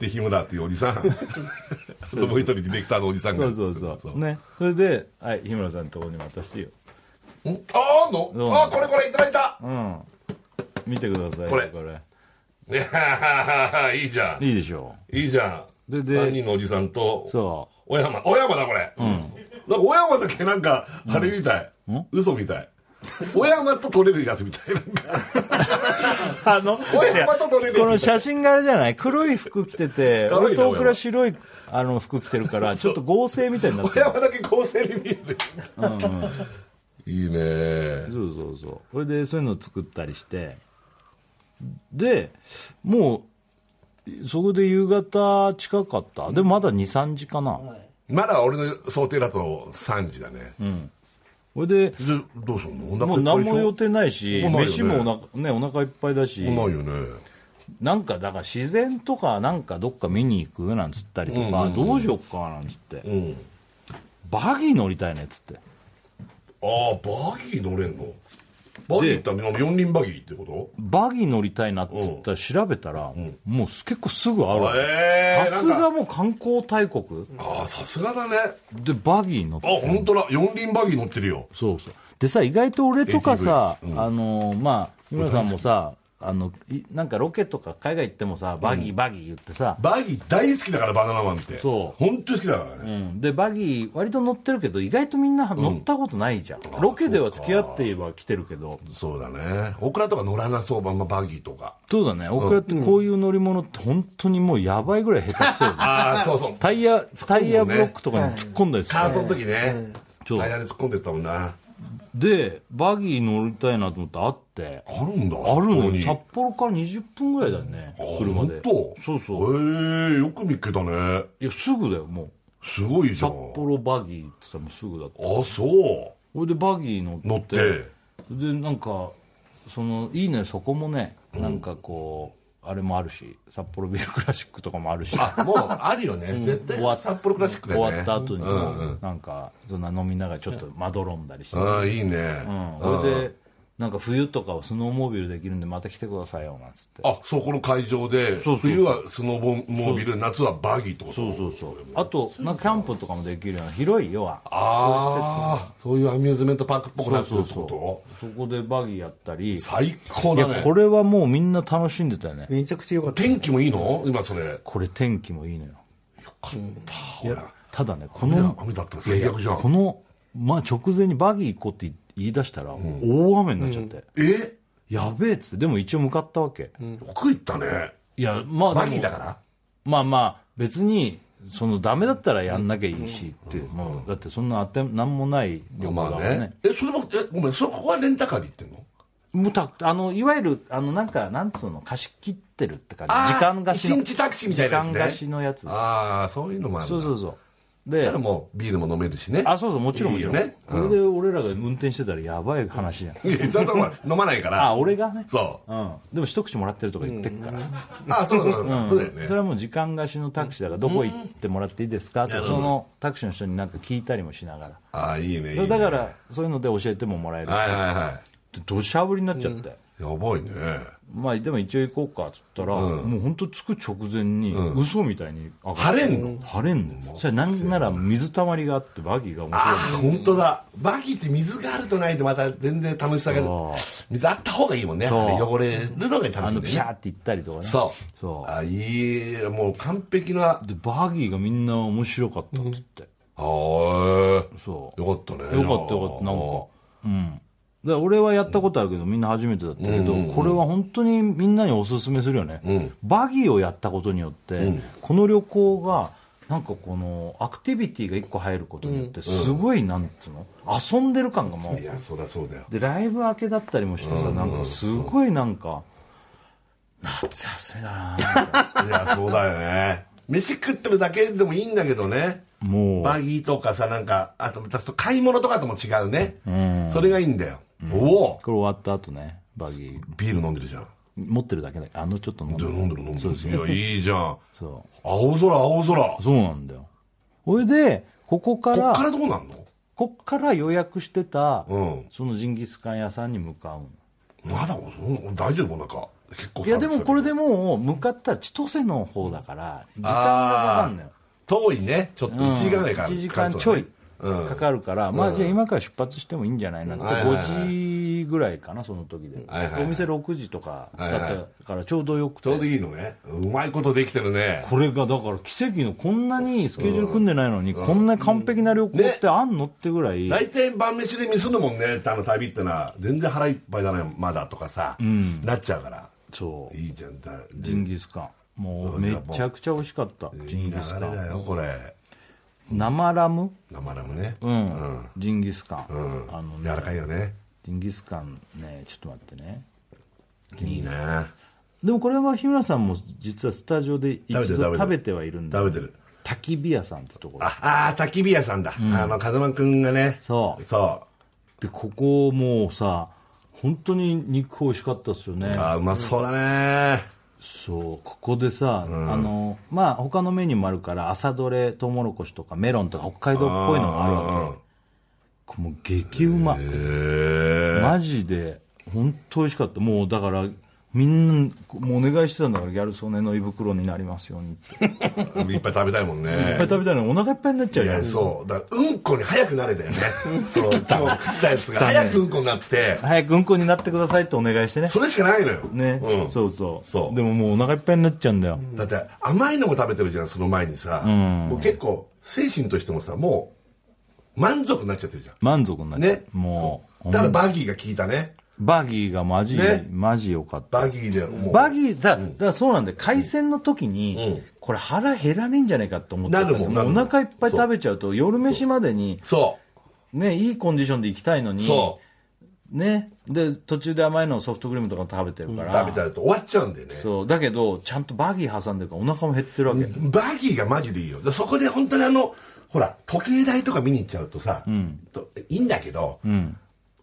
で日村っていうおじさん
(laughs)
ともう一人ディレクターのおじさん
そ
が
うそうそう。ね。それで、はい、日村さんのところに渡してよ。
んああんの
うん
あこれこれいただいた
うん。見てくださいよ。
これいやいいじゃん
いいでしょ
いいじゃん
でで
3人のおじさんと
う。そ
小山小山だこれうんなんか小山だけなんかあれみたい、嘘みたい小山と撮れるやつみたいなんか (laughs)
う。あの、
小山と撮れるやつみたい
この写真があれじゃない黒い服着
(laughs)
てて、
可愛
俺
いな
と大倉白い、あの、服着てるから、ちょっと合成みたいになっ
小
て
(laughs)
る。
山だけ合成に見える、いいね
そうそうそう。それで、そういうのを作ったりして。で、もう、そこで夕方近かった。でもまだ2、3時かな。
まだ俺の想定だと3時だね、
それで、
でどうすんのお
も
腹
う
いっぱ
何
いでしょ
も予定ないし、
もうないよね
飯もお腹,、ね、お腹いっぱいだし、
ないよね
なんかだから自然とかなんかどっか見に行くなんつったりとか、どうしよっかなんつって、
うん
バギー乗りたいねっつって
ああバギー乗れんのバギーってあの四輪バギーってこ
バギー乗りたいなって言ったら調べたら、もうす結構すぐあるわけ
へー
さすがもう観光大国
とああさすがだねあ
でバギー乗って
本当だ四輪バギー乗ってるよ
そうそうでさ意外と俺とかさ、あのまあ日村さんもさあのいなんかロケとか海外行ってもさバギーバギー言ってさ、
バギー大好きだからバナナマンって
そう
本当に好きだからね、
うん、でバギー割と乗ってるけど意外とみんな乗ったことないじゃん、ロケでは付き合っては来てるけど
そうだねオクラとか乗らなそうまんまバギーとか
そうだねオクラってこういう乗り物って本当にもうやばいぐらい下手くそよね
ああそうそう
タイヤタイヤブロックとかに突っ込んだりする
カートの時ね
そう
タイヤに突っ込んでったもんな
でバギー乗りたいなと思ってあって
あるんだ
あるの
に
に札幌から20分ぐらいだよね車で
本当
そうそう
へえよく見っけたね
いやすぐだよもう
すごいじゃ
札
ん
幌バギーって言ったらもうすぐだった
あそう
ほいでバギー乗って
乗って
でなんかそのいいねそこもねなんかこう、あれもあるし札幌ビールクラシックとかもあるし
あもうあるよね、絶対
終わっ
札幌クラシックだ
終
よね
わった後にさ、
うんうん
なんかそんな飲みながらちょっとまどろんだりして、うん
ああいいね、
それでなんか冬とかはスノーモービルできるんでまた来てくださいよなんつって
あそこの会場で
そうそうそう
冬はスノボモービル夏はバギーってこと
そうそうそうあとなんかキャンプとかもできるような広い要は
ああそういうアミューズメントパークっぽくなってるってこと
そうそこでバギーやったりい
最高だ
や
ね
これはもうみんな楽しんでたよね
めちゃくちゃ良かった。
天気もいいの今それよ
これ天気もいいのよ
かった
い
ほ
や
ら
ただねこ
いや
の
雨だったら最悪じゃ
こ
ん
の、まあ、直前にバギー行こうって言い出したら、大雨になっちゃって、
え
やべえっつってでも一応向かったわけ、
よく行ったね
いやまあでも
バギーだから
まあまあ別にそのダメだったらやんなきゃいいしって、もうだってそんなあてなんもない旅行だ
ま
か
あ
らね,、
ねえそれもえごめんそこはレンタカーで行ってんの
もうたあのいわゆるあのなんかなんつうの貸し切ってるって感
あ
じ
ー
時間貸しの
一日タクシーみたいなやつね
時間貸しのやつ
ああそういうのもあるんだ
そうそうそうで
だからもうビールも飲めるしね
あそうそうもちろんもちろん
いいよね
これで俺らが運転してたらやばい話じゃん、
いやそれとも飲まないから
あ俺がね
そう
うん、でも一口もらってるとか言ってっから、
あそうそうそうそうだよね
それはもう時間貸しのタクシーだからどこ行ってもらっていいですかってそのタクシーの人になんか聞いたりもしながら
ああいいねいいね
それだからそういうので教えてももらえるし
はいはいは
で土砂降りになっちゃって、
いやばいね
まあでも一応行こうかっつったら、もう本当着く直前に、嘘みたいに上がって
晴れんの
晴れんのよそれなんなら水たまりがあってバギーが面白い
ああ本当だバギーって水があるとないとまた全然楽しさが
そ
水あった方がいいもんね
そう
あれ汚れるのが楽しいんだよ
あの
ね
ピシャーって行ったりとかね
そう
そう
あいいもう完璧なあ
でバギーがみんな面白かったっつって、
あよ
そう
かったね
よかったよかったなんかうんで俺はやったことあるけどみんな初めてだったけど、これは本当にみんなにおすすめするよね、バギーをやったことによって、この旅行がなんかこのアクティビティが1個入ることによってすごいなんつうの遊んでる感がもう
いやそりゃそうだよ
でライブ明けだったりもしてさ、なんかすごいなんか夏休みだな
いやそうだよね (laughs) 飯食ってるだけでもいいんだけどね
もう
バギーとかさなんかあとまた買い物とかとも違うね、それがいいんだよ、おお
これ終わった後ねバギー
ビール飲んでるじゃん
持ってるだけだけどあのちょっと飲ん
で
で
飲んでる飲んでるいやいいじゃん
そ
青空青空
うそうなんだよそれでここか
こ
ら
っからどうなんの
こっから予約してた、
うん
そのジンギスカン屋さんに向かうの
まだうん大丈夫なんか結構
いやでもこれ
で
でもう向かったら千歳の方だから時間がかかるのよ
遠いねちょっと1時間ぐらいかかる
1時間ちょい
うん
かかるから、まあじゃあ今から出発してもいいんじゃないなんつって
はいはいはい
5時ぐらいかなその時で、
はいはいはい
お店6時とかだ
はい
っ
は
たからちょうどよく
ち
て、
ょうどいいのねうまいことできてるね
これがだから奇跡のこんなにスケジュール組んでないのに、こんな完璧な旅行ってあんのってぐらい、
大体晩飯でミスるもんねあの旅ってのは全然腹いっぱいだねまだとかさ、なっちゃうから
そう
いいじゃんだ
ジンギスカンもうめちゃくちゃ美味しかったジ
いい
ン
流
ギ
れ
スカン
だよこれ
生ラム、
生ラムね、
うんジンギスカン、あの
柔
ね
らかいよね
ジンギスカンねちょっと待ってね
いいな
でもこれは日村さんも実はスタジオで一
食べてる
度食
食べ
べてはいるんだ
食べてる
焚き火屋さんってところ
ああー焚き火屋さんだ、あの風間くんがね
そう
そう
でここもうさ本当に肉美味しかったっすよね
あーうまそうだね
そうここでさ、あのまあ他のメニューもあるから朝どれトウモロコシとかメロンとか北海道っぽいのもあるわけこれもう激うま、マジで本当美味しかったもうだからみんなもうお願いしてたんだからギャル曽根の胃袋になりますようにっていっ
いっぱい食べたいもんね (laughs)
ぱい食べたいのにお腹いっぱいになっちゃう
い
よ
やそうだからうんこに早くなれだよねそう食ったやつが早くうんこになって
早くうんこになってくださいってお願いしてね
それしかないのよ
ね、
うん
そうそう
そう
でももうお腹いっぱいになっちゃうんだよ、
だって甘いのも食べてるじゃんその前にさもう結構精神としてもさもう満足になっちゃってるじゃ
満足になっ
ん
ちゃう、
ね
も
そうだからバギーが効いたね
バギーがマジ、
ね
マジ良かった
バギーでもう
バギーだだからそうなんだよ海鮮の時に、これ腹減らねえんじゃないかって思ってた
なるもんなるもん
お腹いっぱい食べちゃうと夜飯までに
そ
ねいいコンディションで行きたいの
う
に
そう
ねで途中で甘いのをソフトクリームとか食べてるから、
食べちゃうと終わっちゃうんだよね
そうだけどちゃんとバギー挟んでるからお腹も減ってるわけ、
バギーがマジでいいよでそこで本当にあのほら時計台とか見に行っちゃうとさ、といいんだけど、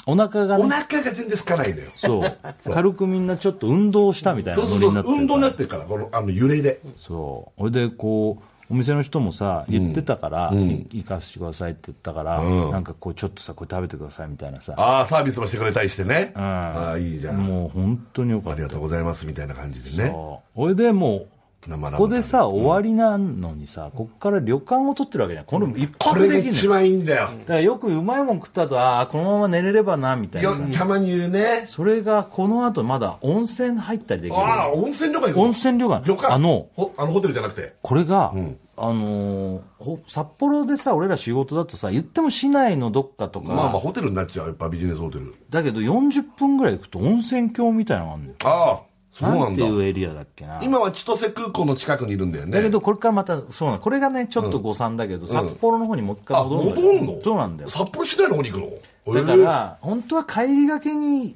お腹が
お
ね
腹が全然空かないのよ
そう軽くみんなちょっと運動したみたいな
そう
ノ
そう
リ
そ
にな
う
ってるから
運動になってるからこのあの揺れで
そうそれでこうお店の人もさ言ってたから、い行かせてくださいって言ったから、なんかこうちょっとさこれ食べてくださいみたいなさ
ああサービスもしてくれたりしてね、ああいいじゃん
もう本当によか
あ
っ
り
た
がとうございますみたいな感じでね
それでもう
生ラム
ここでさ終わりなのにさこっから旅館を取ってるわけじゃんこれ一
こ
泊
れ
で
が
きんの
一
よ
番いいんだよ、
だからよくうまいもん食った後ああこのまま寝れればなみたいな
よ
さ
たまに言うね
それがこの後まだ温泉入ったりできる
ああ温泉旅館行こう
温泉旅館
旅館
あの
ほあのホテルじゃなくて
これが、あのーほ札幌でさ俺ら仕事だとさ言っても市内のどっかとか、
まあまあホテルになっちゃうやっぱビジネスホテル
だけど40分ぐらい行くと温泉郷みたいなのがあるんだよ
ああそう
な
なんん
て
だ
いうエリアだっけな
今は千歳空港の近くにいるんだよね
だけどこれからまたそうなのこれがねちょっと誤算だけど、札幌の方にもう一回
あ
戻るだよ
戻んの
そうなんだよ
札幌市内の方に行くの
だか
え
ら、本当は帰りがけにん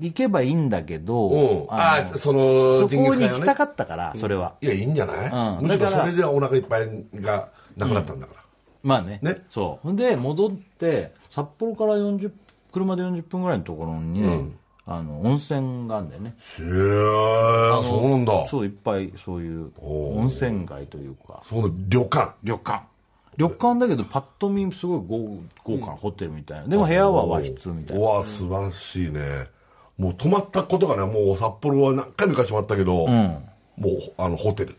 行けばいいんだけど、
えうんあ
の
あその
そ
ジンギ
こ
ス
に
カン
行
屋
き
ね
たかったから、それは。
いやいいんじゃない、
うん
むしろ
だか
そ
ら
れでお腹いっぱいがなくなったんだから、
まあね
ね
そうで戻って札幌から40車で40分ぐらいのところにね、あの温泉があるんだよね
へえそうなんだそ
そういっぱいそういう温泉街というか
うなんだ旅館
旅館旅館だけどパッと見すごい豪豪華なホテルみたいなでも部屋は和室みたいうな
わ素晴らしいねもう泊まったことがねもう札幌は何回も行かしてもらったけど、
うん。
もうあのホテル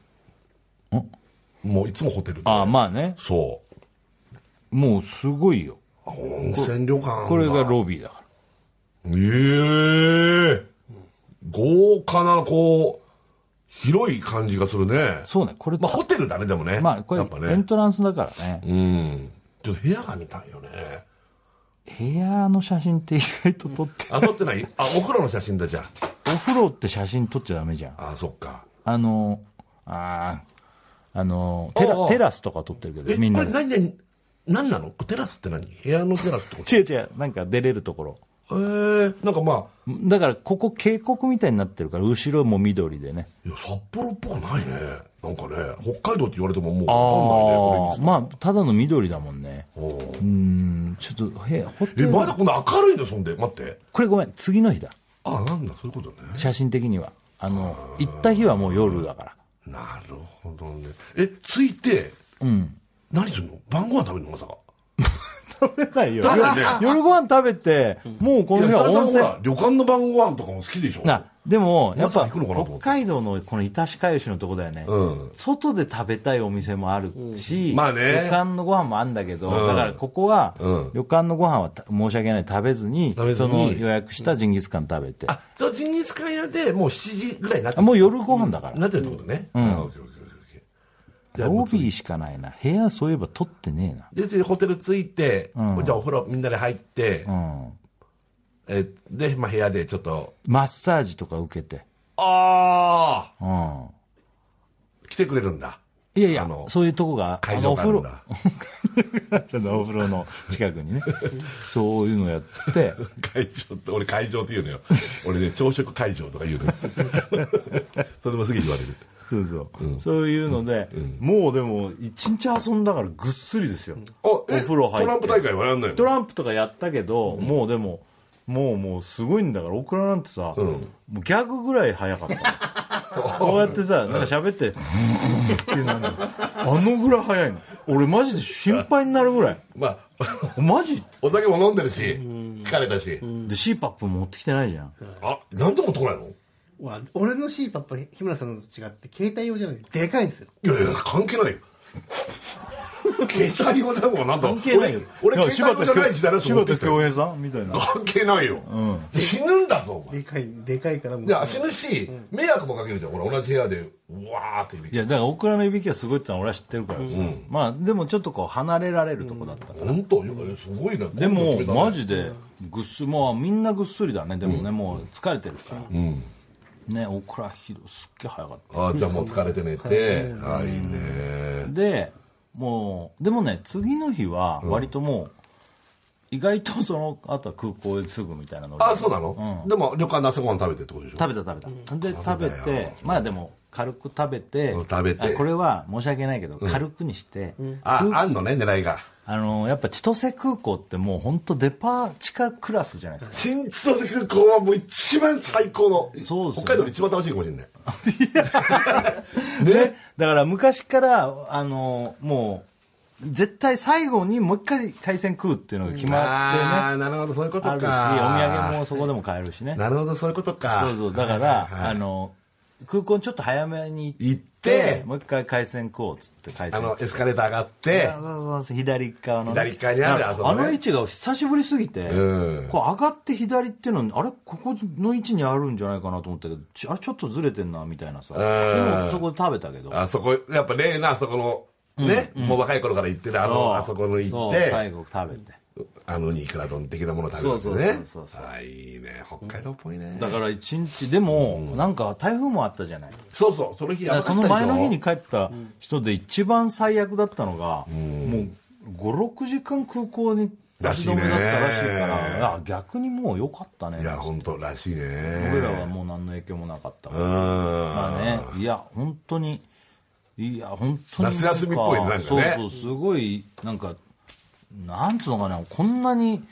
もういつもホテルで
ああ、まあね。
そう
もうすごいよ。
あ温泉旅館
これがロビーだから。
ええ豪華なこう広い感じがするね
そうね、これ、
まあホテルだねでもね
まあ、これ
やっぱ、
エン
ね
トランスだからね。
うんちょっと部屋が見たいよね
部屋の写真って意外と
(laughs)
撮って、
あ撮ってないあお風呂の写真だじゃあ
お風呂って写真撮っちゃダメじゃん。
あそっか
あの、ああ、あの、テ
あ
ラ
あ
テラスとか撮ってるけ
え
ど、
こ
み
れ
んなで。
何何何なのテラスって何部屋のテラスってこと
違う違う、なんか出れるところ。
え
(laughs)
ー、なんかまあ
だから、ここ渓谷みたいになってるから、後ろも緑でね。
いや札幌っぽくないねなんかね北海道って言われてももう
あ
わ
あ、
かんないねこれ
まあ、ただの緑だもんね。
おう
うん、ちょっと、へ、ホテ
え
ル。
まだこんな明るいんだそんで待って
これごめん、次の日だ。
あなんだそういうことね
写真的には。あの、行った日はもう夜だから。
なるほどねえ着いて
うん。
何するの晩ご飯食べるのまさか
食べないよ。
食べないね
夜ご飯食べて、もうこ
い
の
や
日
設
は
楽さんほ
温泉。
ら旅館の晩ご飯とかも好きでしょ
な、でも、やっ
ま
ぱ、
さか行くのかなと思
北
って
海道のこの板しかゆしのとこだよね。
うん
外で食べたいお店もあるし、
うんまあね
旅館のご飯もあるんだけど、
うん
だからここは、
うん
旅館のご飯はた申し訳ない食べずに
食べず
そ
に
の予約したジンギスカン食べて、
あそうジンギスカン屋でもう7時ぐらいになって
あもう夜ご飯だから、
なってるってことねうんオッケーオッケーオッケーオッケーじゃあ
ロビーしかないな部屋そういえば取ってねえな
ででホテル着いて、
うん
じゃあお風呂みんなで入って、
うん
えで、まあ、部屋でちょっと
マッサージとか受けて
あ
うん
あ来てくれるんだ
いやいや
あの
そういうとこが
会場
のお
があ
風
るん
呂
だ
お風呂の近くにね (laughs) そういうのやって
(laughs) 会場って俺会場って言うのよ俺ね朝食会場とか言うのよ
(laughs)
それもすぐ言われる
そうそう、そういうので、もうでも一日遊んだからぐっすりですよ、
お
風呂入って
トランプ大会はやんない
ト
の
ランプとかやったけど、もうでももうもうすごいんだからオクラなんてさ、
ん
もうギャグぐらい早
(laughs)
かったのこうやってさなんか喋ってっていうのあるのあのぐらい早いの俺マジで心配になるぐらい
まあ (laughs)
マジ
お酒も飲んでるし疲れたし
で CPAP 持ってきてないじゃん
あ何でも取らないの
わ俺の C パッパ日村さんのと違って携帯用じゃなくてでかいんですよ
いやいや関係ないよ携帯用だもんなんだ
関係ないよ
俺俺携帯用じゃない時代だと思ってきた
柴田恭
よ
平さんみたいな
関係ないよ、死ぬんだぞお前
でかいでかいからもう
いや死ぬし迷惑もかけるじゃんほら同じ部屋でうわーっていび
い
き
やだからオクラのいびきはすごいってのは俺は知ってるからさ、まあでもちょっとこう離れられるとこだった、
本当いやすごいな
でもマ
ジ
ジでぐっすもうみんなぐっすりだねでもね、もう疲れてるから、ねオクラヒロすっげえ早かっ
あーじゃあもう疲れて寝てはいね
たでもうでもね次の日は割ともう、意外とそのあとは空港ですぐみたいなの
あそうなの、でも旅館で朝ごはん食べてってことでしょ
食べた食べた、で食べ
食べたよ
てまあでも軽く食べて
うん食べて
あこれは申し訳ないけど軽くにして、
ああんのね狙いが
あのやっぱ千歳空港ってもう本当デパ地下クラスじゃないです
(laughs)
か
新千歳空港はもう一番最高の
そうですよね
北海道で一番楽しいかもしれない
ね、だから昔からあのもう絶対最後にもう一回海鮮食うっていうのが決ま
あ
ってね
あなるほどそういうことか
あるしお土産もそこでも買えるしね
なるほどそういうことか
そうそうだか
はい
ら
はいはい
あの空港にちょっと早めに
行って
もう一回海鮮食おうっつって海鮮
あのエスカレーター上がって
そうそうそう左側のね、
左側にあるあそこ
あ
ね
の位置が久しぶりすぎて、
うん
こう上がって左っていうのはあれここの位置にあるんじゃないかなと思ったけどちあれちょっとずれてんなみたいなさ、
ん
でもそこで食べたけど
あそこやっぱ例なあそこのね、もう若い頃から行ってるあ
そう
のあそこの行っ
そう最
て
後食べて
あのにいくら丼的なものを食べるんですね
そうそうそうそう
あいいね北海道っぽいね
だから一日でも、なんか台風もあったじゃないだ
そうそうその日やば
から
か
そ
ったでし
の
ょ
前の日に帰った人で一番最悪だったのが、もう56時間空港に
ら
立
し
ち
いね
止めだったらしいからいや逆にもう良かったね
いや本当らしいね
俺らはもう何の影響もなかったか
う
ら、
ん
まあねいや本当にいや本当になん
夏
か
休みっぽいねなんかね
そうそうすごいなんかなんつうのかなこんなに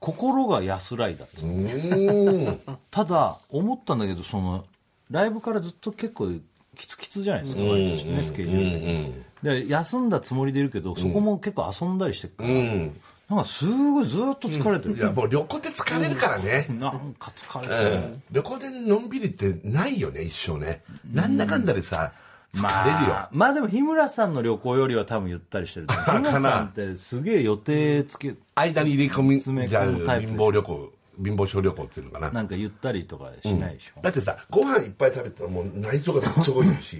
心が安らいだった
うん
ただ思ったんだけどそのライブからずっと結構キツキツじゃないですか割とねスケジュールでで休んだつもりでいるけどそこも結構遊んだりしてるから、
うん。
なんかすごいずーっと疲れてる
い、や、もう旅行って疲れるからね。
なんか疲れて
う
る、
ん。旅行でのんびりってないよね、一生ね。なんだかんだでさ、疲れるよ。
まあ、まあでも日村さんの旅行よりは多分ゆったりしてると
(laughs)
思う日村さんってすげえ予定つけ、
間に入れ込み、
詰め
じゃあ、
込むタイプ
貧乏旅行、貧乏小旅行っていうのかな。
なんかゆったりとかしないでしょ、
だってさ、ご飯いっぱい食べたらもう内臓がずっと動いてるし、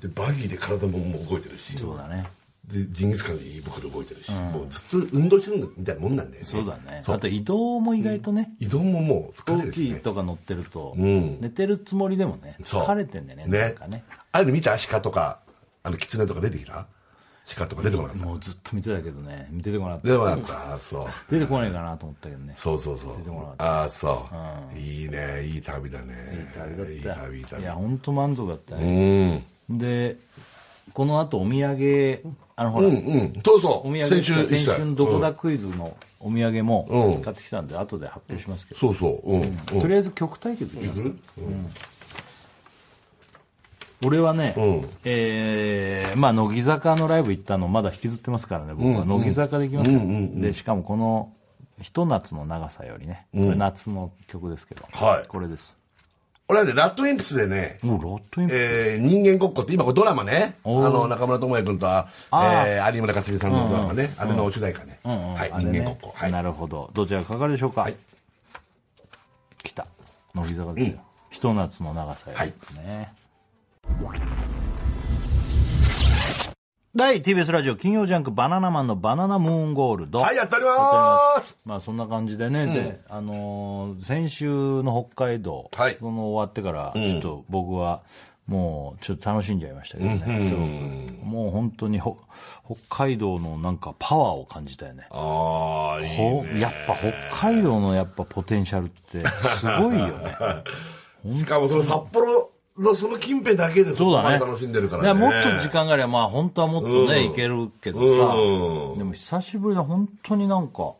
で、バギーで体ももう動いてるし、
そうだね
で、ジンギスカンで胃袋動いてるし、もうずっと運動してるみたいなもんなんだよね。
そうだね
そう
あと移動も意外とね、
移動ももう疲れ
飛行
るし
機
ね。
とか乗ってると、
ん
寝てるつもりでもね
そう
疲れてんだよねなんかね
ああいうの見た鹿とか、あの、狐とか出てきた鹿とか出てこなかった。
もうずっと見てたけどね見ててこなかっ
出て
た
こなかった。あーそう。
出てこないかなと思ったけどね
そうそうそう
てこなかっ。
ああ、そう。いいね。いい旅だね。
いい旅だった
いい旅、いい旅
や本当満足だった
う
ね、
ん。
でこの後お土産あのほら、
うんうん。そうそ
お土
う。
産
先週一
先
緒
週のどこだクイズのお土産
う
も
ん
買ってきたんで、後で発表しますけど、
そうそう。うん。うん
とりあえず曲対決いきますか、うん俺はね、
うん
えーまあ、乃木坂のライブ行ったのまだ引きずってますからね僕は乃木坂で行きますよ、でしかもこの「ひと夏の長さよりね」これ夏の曲ですけど、
はい
これです
俺はね、ラッドインプスでね、
もうロットインプ
えー、人間ごっこって今これドラマね、あ
おー
の、中村智也君と、えー、有村架純さんのドラマね、あれの主題歌ね。
うんうん
はい、
あれ
人
ね
間ごっこ。はい。
なるほどどちらがかかるでしょうか、
はい
来た乃木坂ですよ、ひと夏の長さよりですね、第 TBS ラジオ金曜ジャンク「バナナマンのバナナムーンゴールド」
はい、やっており
やっており
ま
ますすまあそんな感じでね、であのー先週の北海道、
はい
その終わってからちょっと僕はもうちょっと楽しんじゃいましたけどね、すごくもう本当にほ北海道のなんかパワーを感じたよね
ああ、いい
ほ
ね。
やっぱ北海道のやっぱポテンシャルってすごいよ
(laughs)
ね
しかもその札幌のその近辺だけで
そうだね
そこまで楽しんでるから
い
ね。
やもっと時間があればまあ本当はもっとね、
うん
いけるけどさ、
うん。
でも久しぶりで本当になんか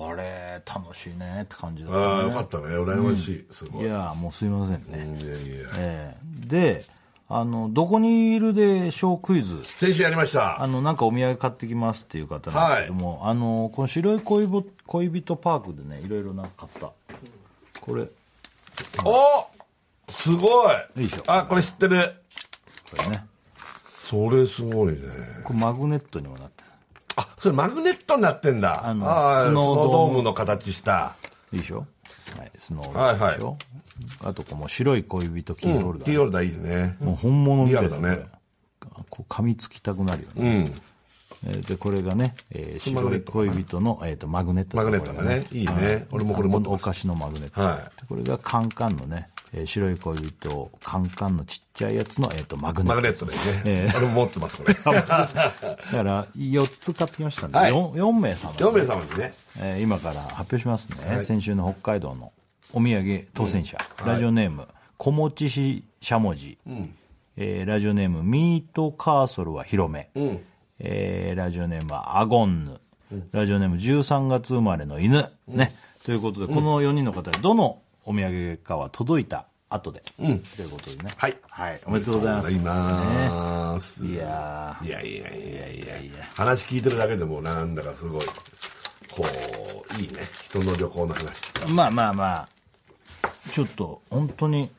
あれ楽しいねって感じだった
ああ、
ね
よかったね。羨ましい。すご
い
い。いや
やもうすいませんね、
いや
ええであの「どこにいるでしょうクイズ」
先週やりました
あ。のなんかお土産買ってきますっていう方なんですけども、あのこの白い恋ぼ恋人パークでねいろいろなんか買ったこれこ
おすごい
いいでしょ
あ、これ知ってる。
れね
それすごいね。
これマグネットにもなって
あ、それマグネットになってんだ。
あの
あー
ス
ス
ノ
ノ
ー
ー
ドーム
ドームの形した。
るいいでしょはいスノーロ
はい
ール
はい
でしょ、あとこの白い恋人キーホルダ
ティ
ー、
ーオルダーいいね。
もう本物みたいな
リアルだね
こう噛みつきたくなるよね、
うん。
えーでこれがね、えー白い恋人の、えー、とマグネット
マグネットがね。いいね。俺もこれ持って
お
ます。
菓子のマグネット、
は
でこれがカンカンのね、えー白い恋人カンカンのちっちゃいやつの、えー、とマグ
い。
ネ
マグ
ッ
ネットですね。俺も持って
(laughs)
ます、これ。
トだから4つ買ってきましたんで、
はい
四四 4, 名様
4名様にね。
えー今から発表しますね、先週の北海道のお土産当選者、ラジオネーム小持ししゃもじ、えーラジオネームミートカーソルは広め、えーラジオネームはアゴンヌ、ラジオネーム13月生まれの犬、ねということでこの4人の方にどのお土産かは届いた後で、ということでね
はい
はい、おめでとうございます
ありがとうございます。
ねいやー
いやいやいやい
いや
や
いや
話聞いてるだけでもなんだかすごい、こう、いいね。人の旅行の話。
まあまあまあちょっと本当に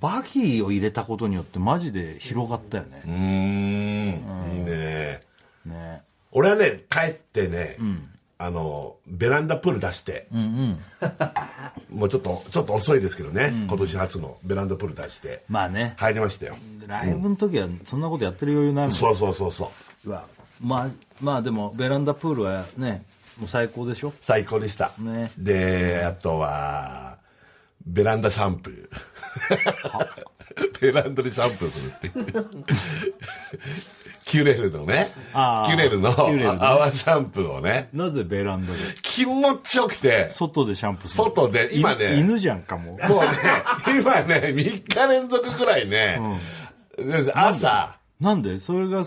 バギーを入れたことによってマジで広がったよね
う、ーん。いいね。
ね
俺はね、帰ってね、あの、ベランダプール出して、もうちょっと、ちょっと遅いですけどね、今年初のベランダプール出して、
まあね
入りましたよ。
ライブの時はそんなことやってる余裕ないもん、
そうそうそうそう。
うわまあまあでもベランダプールはねもう最高でしょ
最高でした。
ね
で、あとは、ベランダシャンプー。ベランダでシャンプーするっていう。 (laughs) キュレルのね、
あー
キュレルの
キュレルね
泡シャンプーをね、
なぜベランダで
気持ちよくて、
外でシャンプーする
外で、今ね、
犬じゃんかもう
もうね、今ね、3日連続ぐらいね、朝、
なんでそれが、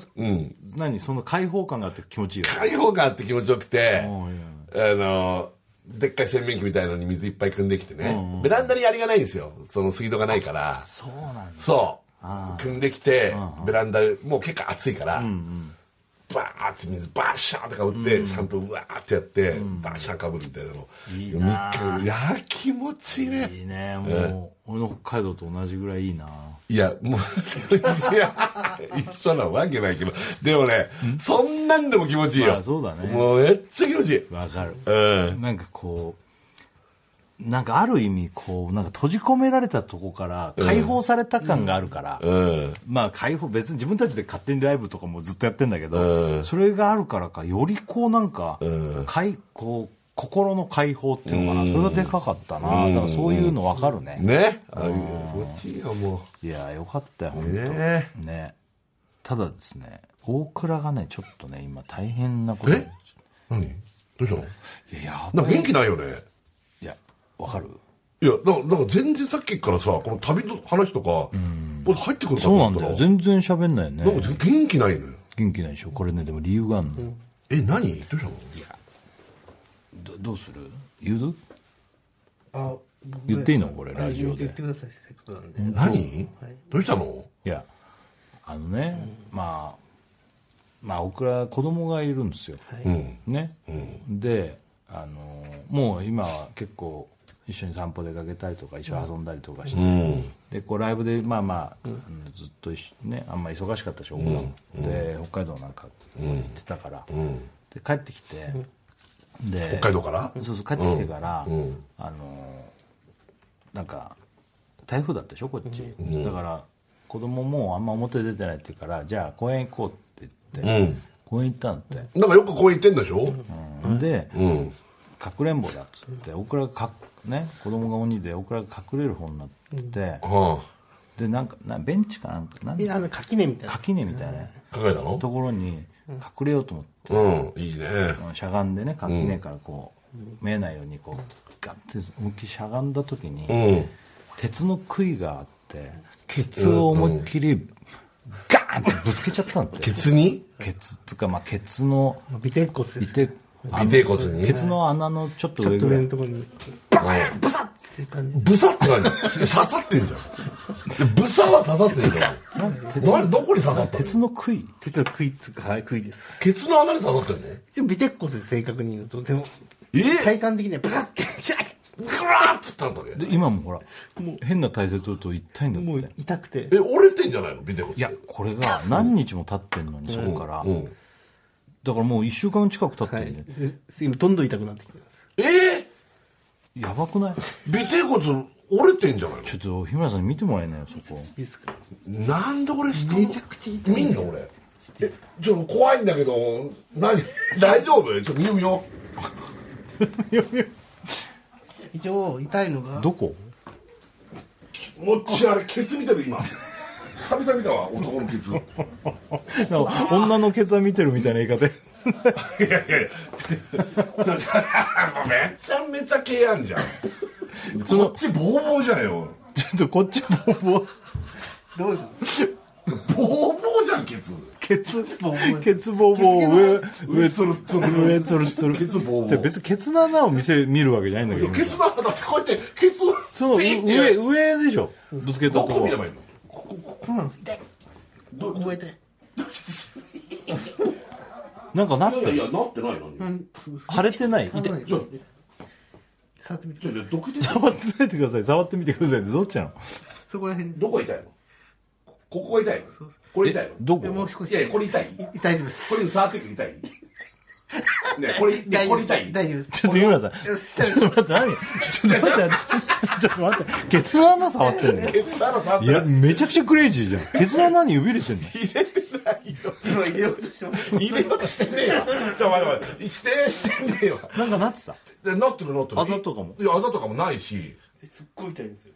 何その開放感があって気持ちいいよ
開放感あって気持ちよくて、
うんい
あの、でっかい洗面器みたいのに水いっぱい汲んできてね、ベランダにやりがないんですよ。その水道がないから。
そうなんだ
そ汲んできてベランダでもう結構暑いから、バーって水バッシャーってかぶって、シャンプーうわーってやって、バッシャーかぶるみたいなの
いいな
三日いやー気持ちいいね
いいねもう、俺の北海道と同じぐらいいいない
やもういや一緒なわけないけどでもねそんなんでも気持ちいい
ま
よ
あそうだね
もうめっちゃ気持ちいい
わかる
うん
なんかこうなんかある意味こうなんか閉じ込められたとこから解放された感があるから、
うん
まあ解放別に自分たちで勝手にライブとかもずっとやってんだけど、
うん
それがあるからかよりこうなんか,、
うん
かいこう心の解放っていうのかな、それがでかかったな、だからそういうの分かるね、
ねああいう気持ちいいよも
いやよかったよ本
うね
当ねただですね大倉がねちょっとね今大変なこと
え何どうしたの
いやや
な
ば
んか元気ないよね
いや分かる
いやなんかなんか全然さっきからさこの旅の話とか、これ入ってくるかと
そうな
思
ん
った
だ
ら
よ全然喋んないよ
なん
ね
か元気ないのよ
元気ないでしょこれねでも理由があるの、
え何どうしたの
どどうする言う
あ僕
言っていいのこれラジオで
言ってくださいせっかくなんで
何、どうしたの
いやあのね、まあまあ僕ら子供がいるんですよ、
うん
ね、であのもう今は結構一緒に散歩出かけたりとか一緒に遊んだりとかして、
うん
でこうライブでまあまあ、あのずっと一緒ねあんま忙しかったし僕らも、で北海道なんか行ってたから、で帰ってきて、で
北海道から
そうそう帰ってきてから、
うんうん
あのーなんか台風だったでしょこっち、だから子供もあんま表出てないって言うからじゃあ公園行こうって言って、
うん
公園行ったんだって、
なんかよくこう言ってんでしょ
で、
うん
かくれんぼだっつってオクラがかね子供が鬼でオクラが隠れる方になってて、
は
でなんかなベンチかなんかなん
えあの垣根みたいな
垣根みたいな
あ考えたの
ところに隠れようと思って。
うんいいね
しゃがんでね垣根からこう、見えないようにこうガッて思いっきりしゃがんだ時に、
うん
鉄の杭があってケツを思いっきりガーンってぶつけちゃったんだって
ケツに
ケツっつうか、まあ、ケツの
まあ微鉄骨で
尾
す
て
尾てい骨に
ケツの穴のちょっと
ちょ
上
っと
ぐら
上
い
のところに
うん
ブサッっていう感じ
ブサって何刺さってんじゃんえブサは刺さってんじゃん何どこに刺さったの
鉄の杭
鉄の食いつかはい食いです
ケツの穴に刺さってんの
でも微鉄骨で正確に言うとでも
え
体感的にはブサッて
ぐらーっつったんだね
で今もほら
もう
変な体勢取ると痛いんだ
も
っ
う
て
痛くて
え折れてんじゃないのビデオ
いやこれが何日も経ってんのにそこから、
うん
だからもう1週間近く経って
は
る
い
ね、
で今どんどん痛くなってきてます
えー
やばくない
尾てい骨折れてんじゃない
ちょっと日村さんに見てもらえないよそこ
いいですか
のなんで俺人の
めちゃくちゃ痛い
見んの俺えちょっと怖いんだけど何 (laughs) 大丈夫ちょっと見よう見よ
一応痛いのが
どこ
うもっちあれケツ見てる今久々見たわ男のケツい
なんか女のケツは見てるみたいな言い方
やいやい (laughs) やめちゃめちゃ毛あんじゃんこっちボーボーじゃんよ
(laughs) ちょっとこっちボーボー
どういうことですか
ボーボーじゃんケツ
ケツ
ボーボ
(laughs)
ー
ケツボーボー上
上つるつる
上つるつる
ケツボーボー
じゃあ別にケツの穴を見せ見るわけじゃないんだけど
ケツなんだってこうやってケツ
その
ピッて
上上でしょぶつけた
ど
と
こ
こ
見ればいいの
こうなんです痛い
ど
覚えて
なんかなっ
いや
て
い
る
やなってないのに
腫れてない
触
痛
ら
い
ないで触ってみ
ちょ
て
っとどこで
触ってないでください触ってみてくださいってどっちなの
そこら辺です
どこ痛いのここが痛いのこれ痛いの
どこ
でもう少し
いやいやこれ痛い
い痛い大丈夫です
これ触ってくる痛いねこれね
大丈
こ
夫
れ痛
です
い
大丈夫です
ちょっと日村さん
よし
ちょっと待って何ちょっと待って (laughs) ちょっと待ってケツの穴触ってんの
ケツなの触っ
い
て
や
ない
めちゃくちゃクレイジーじゃんケツの穴に指入れてんの
今入れようとしてます
入れようとしてねえわじゃあ待って待ってしてしてねえわ
なんかなってた
でなってるなってる
あざとかも
いやあざとかもないし
すっごい痛いんですよ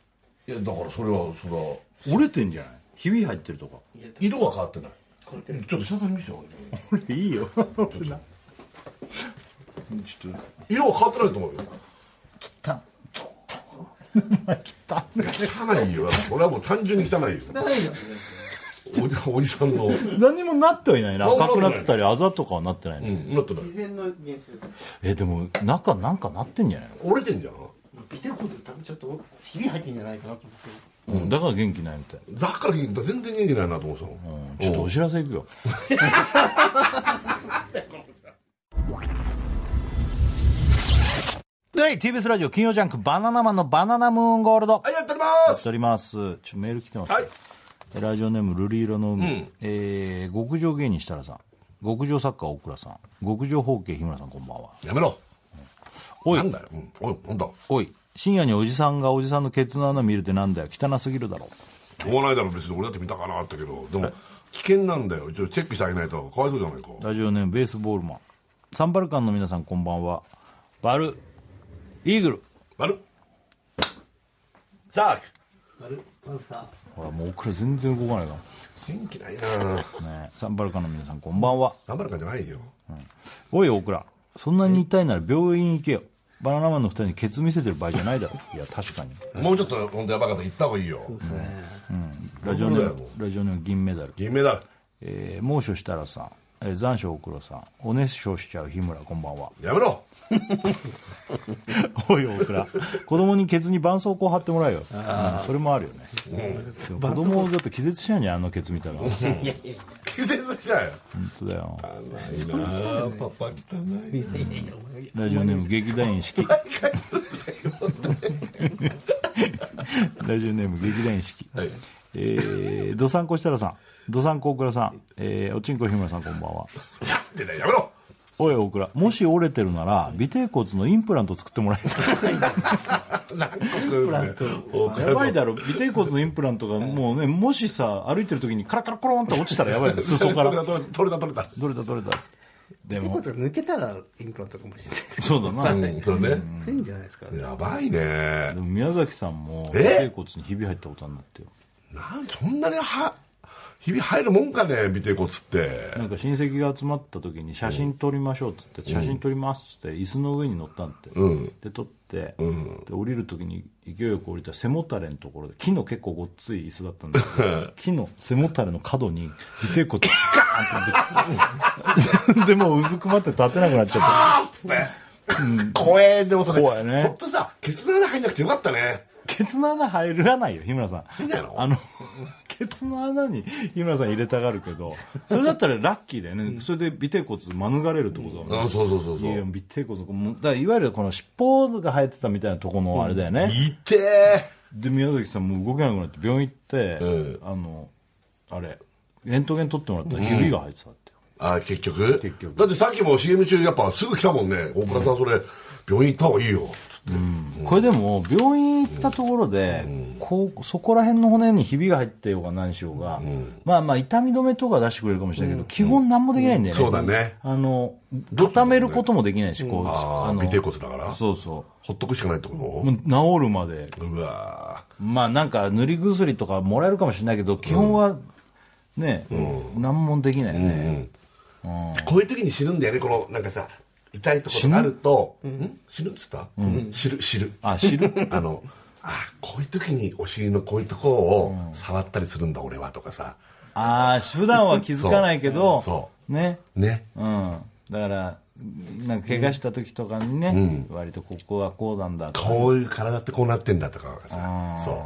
いやだからそれはそれは
折れてんじゃないひび入ってるとか
色は変わってない
こうやって
ちょっと久々に見せてよ
これいい (laughs) よちょっと
色は変わってないと思うよ
た
汚いよ俺はもう単純に汚いよ
痛いよ
おじおじさんのうん
何もなってはいないね
何も
赤くなってたりあざとかはなってないね、
なってない
自然の現象です
えでも中なんかなってんじゃないの
折れてんじゃん
ビテコズ多分ちょっとひび入ってんじゃないかなと思
う
って
んだから元気ないみたい
だから全然元気ないなと思ってたの、
うんちょっとお知らせいくよ (laughs) はい TBS ラジオ金曜ジャンク「バナナマンのバナナムーンゴールド」
はいやっており
や
ま
っ
す
ておりますちょメール来てます、
はい
ラジオネームルリ色の海、えー極上芸人設楽さん極上作家大倉さん極上包茎日村さんこんばんは
やめろ
お
なん
い
だよ、うん、おいなんだ
おい深夜におじさんがおじさんのケツの穴見るってなんだよ汚すぎるだろ
しょうがないだろ別に俺だって見たかなあったけどでも危険なんだよちょっとチェックしてあげないとかわいそうじゃないか
ラジオネームベースボールマンサンバルカンの皆さんこんばんはバルイーグル
丸さあ
あれパンサ
ほらもう大倉全然動かないか
元気ないな
ら、ねえ、サンバルカンの皆さんこんばんは
頑張るかじゃないよ
おい大倉そんなに痛いなら病院行けよバナナマンの二人にケツ見せてる場合じゃないだろいや確かに
もうちょっと本当やばかったら行った方がいいよ
ーですね。
ラジオネ
そうだ
ー
よ
ム
も
ラジオネーム銀メダル、
銀メダル
えー、猛暑したらさん、えー、残暑大黒さんおねしょしちゃう日村こんばんは
やめろ
おい大倉子供にケツに絆創膏貼ってもらえよ、うんそれもあるよね、でも子供だって気絶しちゃうじゃんあのケツ見たら本
いやいやいや
気絶しちゃうよ
当だよ
いいなあパパ汚い
いやいやお前いや
ラジオネーム劇団員式ラジオネーム劇団員式、
はい
えー、どさんこ設楽さんどさんこ大倉さん、えー、おちんこ日村さんこんばんは
出ないやめろ
おい大倉もし折れてるなら尾てい骨のインプラント作ってもらえる
何個食うねお
(laughs) やばいだろ尾てい骨のインプラントがもうねもしさ歩いてる時にカラカラコロンって落ちたらやばいよ裾からど
取れた取れた取れた
れだどれだっつってで
コ
も
ツが抜けたらインプラントかもしれないです
そうだな
うんそうね
そういうんじゃないですか。
やばいね
でも宮崎さんも尾て
え
い骨にひび入ったことになってよ
なんそんなには日々入るもんかね尾てい骨って
なんか親戚が集まった時に写真撮りましょうっつって写真撮りますっつって椅子の上に乗ったんってで撮ってで降りる時に勢いよく降りたら背もたれのところで木の結構ごっつい椅子だったんだけど木の背もたれの角 (laughs) に尾てい骨ガーンってぶつでもううずくまって立てなくなっちゃっ
あっつって怖えでもそれ
怖いね
ほんとさケツの穴入んなくてよかったね
たケツの穴入らないよ日村さ
いいん
ん
だよ
あの (laughs) ケツの穴に日村さん入れたがるけどそれだったらラッキーだよねそれで尾てい骨免れるってことだもんね
うんそうそうそうそ
いや
う
尾てい骨もうだからいわゆるこの尻尾が生えてたみたいなとこのあれだよね、
いてえ
で宮崎さんもう動けなくなって病院行って、
ええ
あのあれレントゲン取ってもらったら指が生えてたって、
あ結局
結局
だってさっきも CM 中やっぱすぐ来たもんね大倉さんそれ病院行った方がいいよ
これでも病院行ったところで、こうそこら辺の骨にひびが入ってようが何しようが、まあまあ痛み止めとか出してくれるかもしれないけど、基本何もできないんだよね、
そうだね
あの固めることもできないし、こう
ああ
の
尾てい骨だから
そうそ
ほっとくしかないってこ
うもう治るまで
とうわ
まあなんか塗り薬とかもらえるかもしれないけど基本はね、何もできないよね、
こういう時に死ぬんだよねこのなんかさ痛いところがあるとん死ぬっつった知る知る
あ知る
あのあこういう時にお尻のこういうところを触ったりするんだ俺はとかさ
ああ普段は気づかないけど
そうそ
ね
ね
うんだからなんか怪我した時とかにね、割とここはこうなんだとか
こういう体ってこうなってんだとかがさそ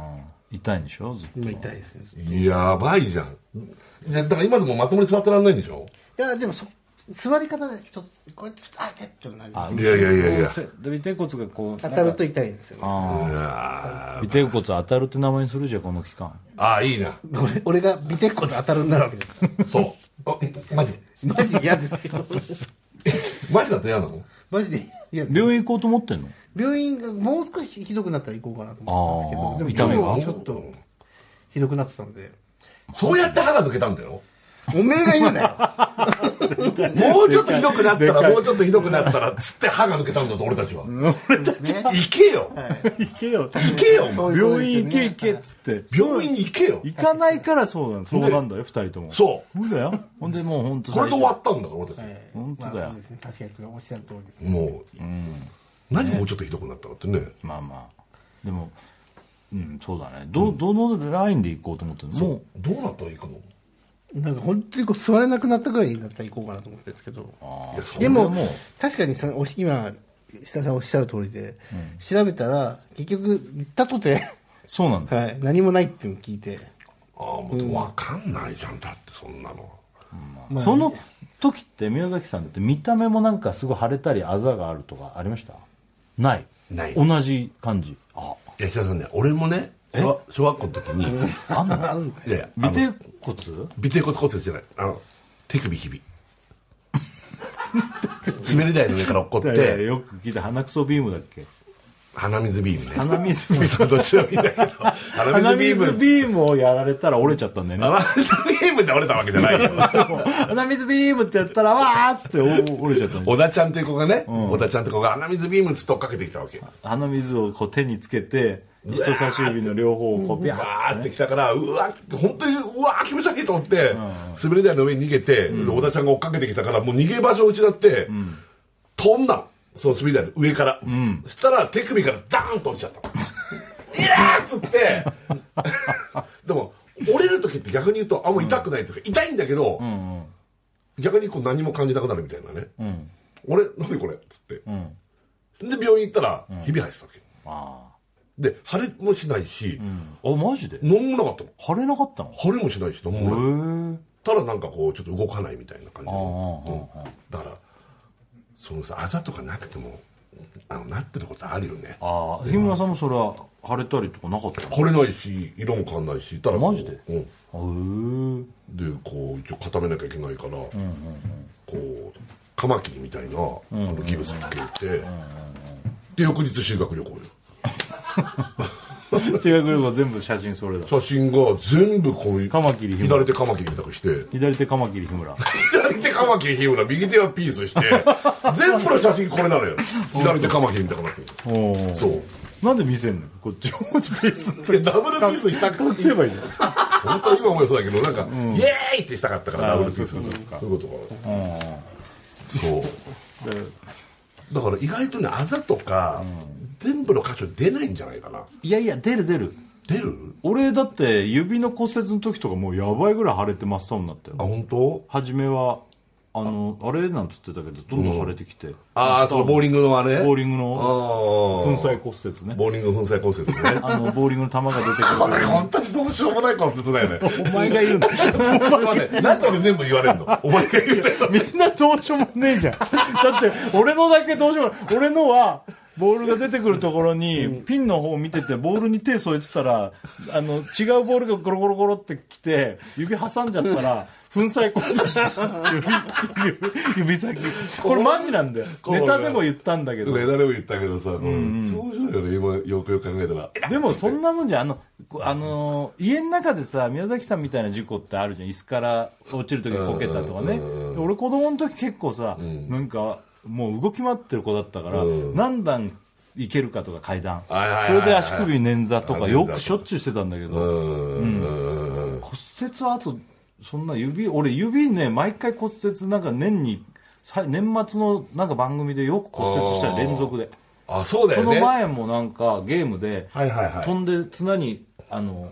痛いんでしょずっと
今痛いですね。
うやばいじゃんいやだから今でもまともに座ってらんないんでしょ
いや、でもそ、座り方で一つ、こうやって、あ、痛いってなります。
いやいやいやいや
尾てい骨がこう
当たる
なんか
と痛いんですよ、ね。
う
あ
わ
あ尾てい骨当たるって名前にするじゃんこの期間
ああいいな
俺俺がビテッコで当たるんだろうけど。
そうあえマジ
マジ嫌ですよ。
マジだと嫌なの
マジで。いや、
病院行こうと思ってんの
病院がもう少しひどくなったら行こうかなと思ったんですけ
あ
ど、
ー
でも
痛みが
今日はちょっとひどくなってたので、
そうやって歯が抜けたんだよ
おめえが言うなよ。
もうちょっとひどくなったらもうちょっとひどくなったらつって歯が抜けたんだと俺たちは
ね
行けよ
行けよ
行けよお前
そういうこと
病院
ですよ
行
ね
け行けっつって
病院に行けよ
行かないからそうなんそうなんだよ二人とも
そう
無理だよほんでもう本当
これで終わったんだから俺たち
ええ
本当だよ
まあそうですね。確かにそれはおっしゃる通りです。
もう、何もうちょっとひどくなったのってね
まあまあでもうんそうだねど,、どのラインで行こうと思ってるのもう
どうなったら行くの
なんか本当にこう座れなくなったぐらいになったら行こうかなと思ってるんですけど。
いやそ
で
れ
も
もう
確かにそのおし今久田さんおっしゃる通りで、調べたら結局行ったとて (laughs)
そうなんだ。
はい。何もないっていうのを聞いて。
ああ、もうわかんないじゃん、だってそんなの。
まあ
その時って宮崎さんって見た目もなんかすごい腫れたりあざがあるとかありましたない
ない
同じ感じあ
いや、北さんね、俺もね、小学小学校の時に、
あんな
あるんかい
いやいや、
尾てい骨
尾てい骨骨折じゃない。あの、手首ひび。滑り台の上から落っこっ
いやいや
て、
よく聞いた鼻くそビームだっけ
鼻水ビームね。
鼻水ビーム
どっちでもいいんだけど、鼻
鼻
水ビー
水
ム。
ビームをやられたら折れちゃったんだよね
鼻水ビームで折れたわけじゃないよ。
鼻水ビームってやったらわーっつってお折れちゃったんだよ
小田ちゃんっていう子がね、小田ちゃんって子が鼻水ビームつっとっかけてきたわけ。
鼻水をこう手につけて人差し指の両方をこうビャ
わ
ー
ー
っ
っ
つって
て
ね
きたから、うわーって、本当に、うわー気持ち悪いと思って、滑り台の上に逃げて、小田ちゃんが追っかけてきたから、もう逃げ場所を失って、飛んだのその滑り台の上から。そしたら手首からダーンと落ちちゃったの。 (laughs) いやーっつって、 (laughs) でも、折れる時って逆に言うと、あんま痛くないというか、痛いんだけど、逆にこう何も感じなくなるみたいなね。俺、何これっつって。で、病院行ったら、ひび入ってたわけ。
あ
で、腫れもしないし、
ーあマジで
何もなかったの。
腫れなかったの
腫れもしないし、何もない。
へえ
ただなんかこう、ちょっと動かないみたいな感じの。うんだから、そのさ、あざとかなくても、あの、なってることあるよね。
ああ日村さんもそれは腫れたりとかなかったの
腫れないし、色も変わんないし、ただこう、
マジで
うん。
へえ
でこう一応固めなきゃいけないから、こうカマキリみたいな、あのギブスつけて、で翌日修学旅行よ
修学旅行全部写真それだ
写真が全部こういう
カマキリ日村
左手カマキリみたくして
左手カマキリ日村
左手カマキリ日村右手はピースして (laughs) 全部の写真これなのよ左手カマキリみたくなってる
おお
そう
なんで見せんのこっちこっちベース
でダブルピースしたく
隠せばいいじゃ
本
ん
当は今思えばそうだけどなんか、イエーイってしたかったからダ
あー
ブルピース
そうかそうか
そういうことかそうだから意外とねあざとか、全部の箇所出ないんじゃないかない
やいや出る出る
出る
俺だって指の骨折の時とかもうやばいぐらい腫れて真っ青になった
あ
よ
本当
初めはあのあれなんつってたけどどんどん腫れてきて、
ああそのボーリングのあれ
ボーリン
グ
グ
あ
の粉
あ
砕骨折ね
ボーリング粉砕骨折ね
あのボーリングの球が
こ
出
れ (laughs) 本当にどうしようもない骨折だよね
(laughs) てくるお前が言うんだ
(laughs) ちょっと待ってなんで俺全部言われんのお前が言うね
みんなどうしようもねえじゃん。だって、俺のだけどうしようもない。俺のは、ボールが出てくるところに、ピンの方を見てて、ボールに手添えてたら、あの、違うボールがゴロゴロゴロってきて、指挟んじゃったら、粉砕骨折。指、指先。これマジなんだよ。ネタでも言ったんだけど。
誰も言ったけどさ、そう面白いよね今よくよく考えたら
でもそんなもんじゃんあの、こあのー家の中でさ宮崎さんみたいな事故ってあるじゃん椅子から落ちる時こけたとかね、俺子供の時結構さ、なんかもう動き回ってる子だったから、何段いけるかとか階段、
はいはいはいはい
それで足首捻挫と
あ
か
捻挫
よ
とか
くしょっちゅうしてたんだけど、
うんうん
骨折はあとそんな指俺指ね毎回骨折なんか年にさ年末のなんか番組でよく骨折したよ
あー
連続で。
あそうだ
そ
よ
の
ね
前もなんかゲームで、
はいはいはい
飛んで綱にあの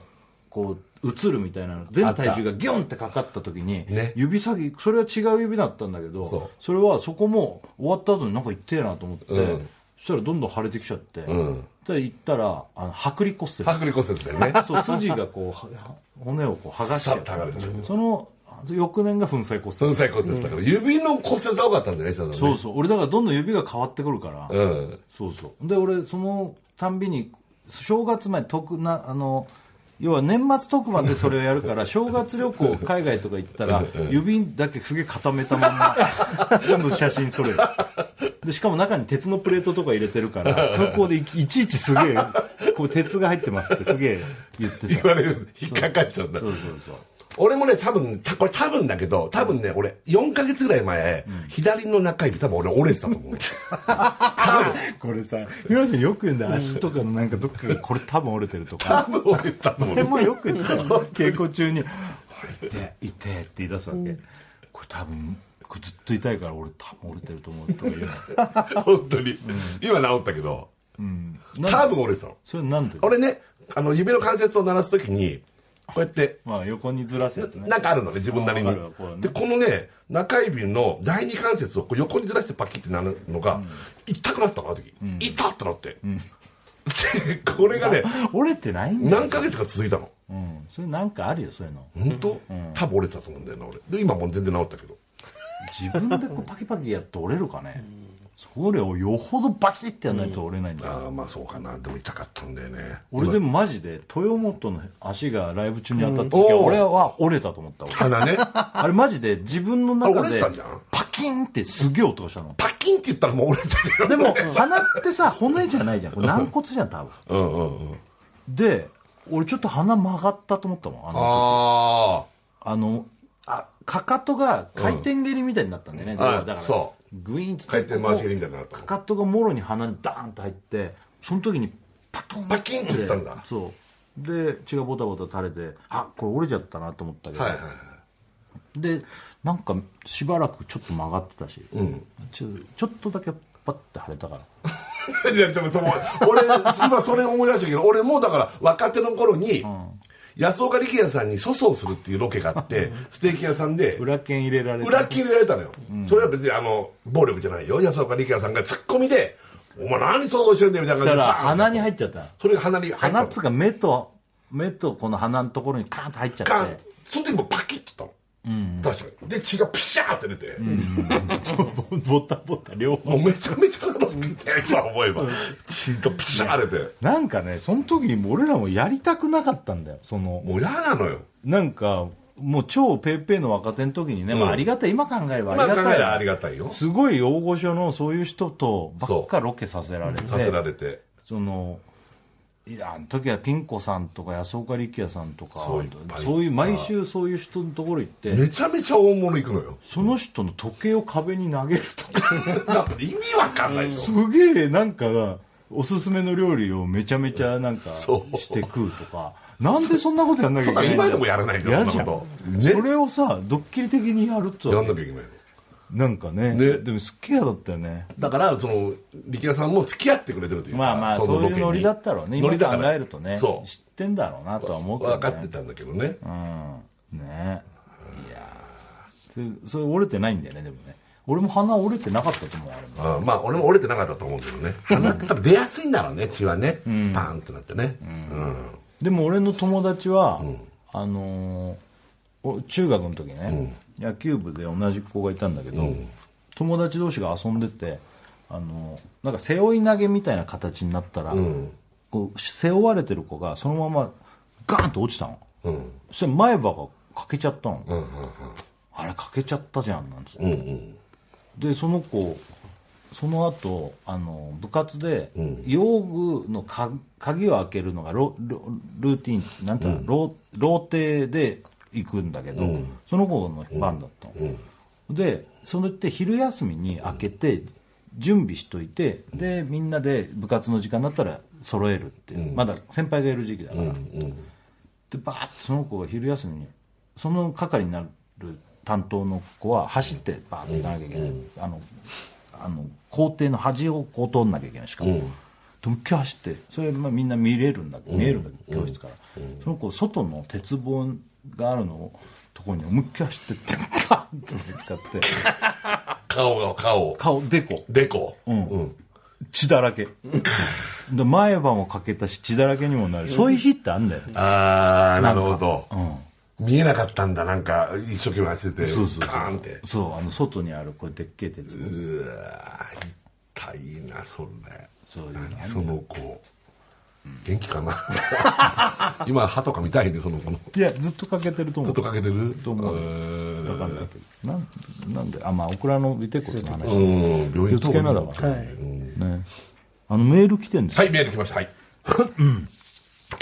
こう映るみたいなの全体重がギョンってかかった時に、
ね
指先それは違う指だったんだけど
そう
れはそこも終わった後になんか痛えなと思って、
うん
そしたらどんどん腫れてきちゃって、
ん
で行ったらあの剥離骨折
(laughs) 剥離骨折だ
(laughs)
よね
そう筋がこうは骨をこう剥がし
さ
て
っと剥がれてる
その翌年が粉砕骨折
粉砕骨折だから、指の骨折が多かったんだよねそう
そうそう俺だからどんどん指が変わってくるから、
うん
そうそうで俺そのたんびに正月前特なあの要は年末特番でそれをやる (laughs) から正月旅行海外とか行ったら指だけすげえ固めたまん (laughs) ま全部写真それでしかも中に鉄のプレートとか入れてる (laughs) から空港でいきいちいちすげえこう鉄が入ってますってすげえ言ってさ
言われる引っかかっちゃうんだ
そうそうそう
俺もね多分たこれ多分だけど多分ね俺4ヶ月ぐらい前、左の中指多分俺折れてたと思
(laughs)
う多分
これさ皆さんよく言うんだよ足とかのなんかどっかがこれ多分折れてるとか
多分折れてたと
(laughs)
思
で
う
もよく言ってたよ稽古中に「俺痛え痛え」って言い出すわけ、これ多分これずっと痛いから俺多分折れてると思うとか言う
本当に、今治ったけど
の
多分折れてたの
それなんで
俺ねあの指の関節を鳴らす時にこうやって
まあ横にずらすやつね
なんかあるのね自分なりに
あわかるわこれね
でこのね中指の第二関節をこう横にずらしてパキってなるのが、痛くなったのあの時、痛ってなって、これがね
折れてないんだよ
何ヶ月か続いたの
うんそれなんかあるよそういうの
本当、多分折れてたと思うんだよな俺で今もう全然治ったけど
自分でこうパキパキやって折れるかねそれをよほどバキってやんないと折れないんだよ
ああまあそうかなでも痛かったんだよね
俺でもマジで豊本の足がライブ中に当たった時は
うん
俺は折れたと
(laughs)
思った俺
鼻
(laughs)
ねあ
あれマジで自分の中
折れ
で
たんじゃん
パキンってすげえ音がしたの
パキンって言ったらもう折れてるよ
でも鼻ってさ骨じゃないじゃんこれ軟骨じゃん多分
うんうんうん
で俺ちょっと鼻曲がったと思ったもんあの
あ
あのあかかとが回転蹴りみたいになったんだよね、だから
はい
だから
そ
グイーンって
あ回転回し蹴りみたい
こ
になった
こかかとがもろに鼻にダーンと入ってその時にパキン
パキンって言ったんだ
そうで血がボタボタ垂れてあこれ折れちゃったなと思ったけど、
はいはいはい
でなんかしばらくちょっと曲がってたし、ちょちょっとだけパッて腫れたか
(laughs)
ら
いやでもその俺今それ思い出したけど俺もだから若手の頃に、安岡力也さんに粗相するっていうロケがあってステーキ屋さんで
裏剣入れられて
裏切られたのよ、それは別にあの暴力じゃないよ安岡力也さんがツッコミで「お前何想像してるんだよ」みたいな感
だか
じで
ら
バーン
鼻に入っちゃった
それが鼻に入った
鼻
の
っつうか目と目とこの鼻のところにカーンと入っちゃ
カ
っ
ン
て
その時もパキッとたの、確かにで血がピシャーって出て、
ボボタボタ両方
もうめちゃめちゃなのって今思えば血がピシャーって出て
なんかねその時にも俺らもやりたくなかったんだよその
もう嫌なのよ
なんかもう超ペーペーの若手の時にね、まあ、ありがたい今考えれば
今
あり
考
が
え
た
た
い
らありがたいよ
すごい大御所のそういう人とばっかロケさせられて
させられて
そのいやあの時はピン子さんとか安岡力也さんとか
そういっぱい
そういう毎週そういう人のところ行って、
めちゃめちゃ大物いくの (laughs) よ
その人の時計を壁に投げるとか
だって意味わかんないよ、
すげえなんかおすすめの料理をめちゃめちゃなんか
そう
して食うとかなんでそんなことやんなきゃ
そ
い
ん
けな
ない今でもやらないじゃん
嫌
そ
じ
んな
ゃ
んこと
それをさドッキリ的にやると
やんなきゃいけないの
なんかね
ね
でもすっげえ嫌だったよね
だからその力也さんも付き合ってくれてるというか
まあまあそう
ロ
い
ケに
うノリだったろうね
ノリだ
今
から
考えるとね
そ
知ってんだろうなとは思
う
うけどね
分かってたんだけどね
うんねいやーそれそれ折れてないんだよねでもね俺も鼻折れてなかったと思うあれも
あまあ俺も折れてなかったと思うけどね鼻が多分出やすいんだろうね血はね、パーンってなってね、うん
でも俺の友達は、あのーお中学の時ね、野球部で同じ子がいたんだけど、友達同士が遊んでてあのーなんか背負い投げみたいな形になったら、こう背負われてる子がそのままガーンと落ちたの、そして前歯が欠けちゃったの、あれ欠けちゃったじゃんなんつって、でその子その後あの部活で用具のか鍵を開けるのがロロルーティンなんていうの、ローローテで行くんだけど、その子の番だったの、でそれって昼休みに開けて準備しといてでみんなで部活の時間になったら揃えるっていう、まだ先輩がいる時期だから、でバーッとその子が昼休みにその係になる担当の子は走ってバーッと行かなきゃいけない、あのあの校庭の端をこう通んなきゃいけないしかも、でも今日走ってそれまあみんな見れるんだけど、見えるんだけど教室から、その子外の鉄棒があるのをとこに思いっきり走ってってガーンってぶつかって (laughs)
顔が顔
顔でこ
でこうん、
血だらけで前歯も欠けたし血だらけにもなるそういう日ってあんだよ
ああなるほど、見えなかったんだなんか一生懸命走ってて
そうそうそう
カーンって
そうあの外にあるこれでっけえ鉄棒
うわー痛いなそれ
そういうのあんだよ
何その子元気かな (laughs) 今歯とか見たいねその子の
いやずっと欠けてる
ず
と思
っ
う
とかけてる
と思う
うん
わかんないけどなんなんであまあオクラの尾てい骨の話、
うん病
気
院
をつけなだ
は
か
い
ら、
はい
ねあのメール来てるんですよ
はいメール来ましたはい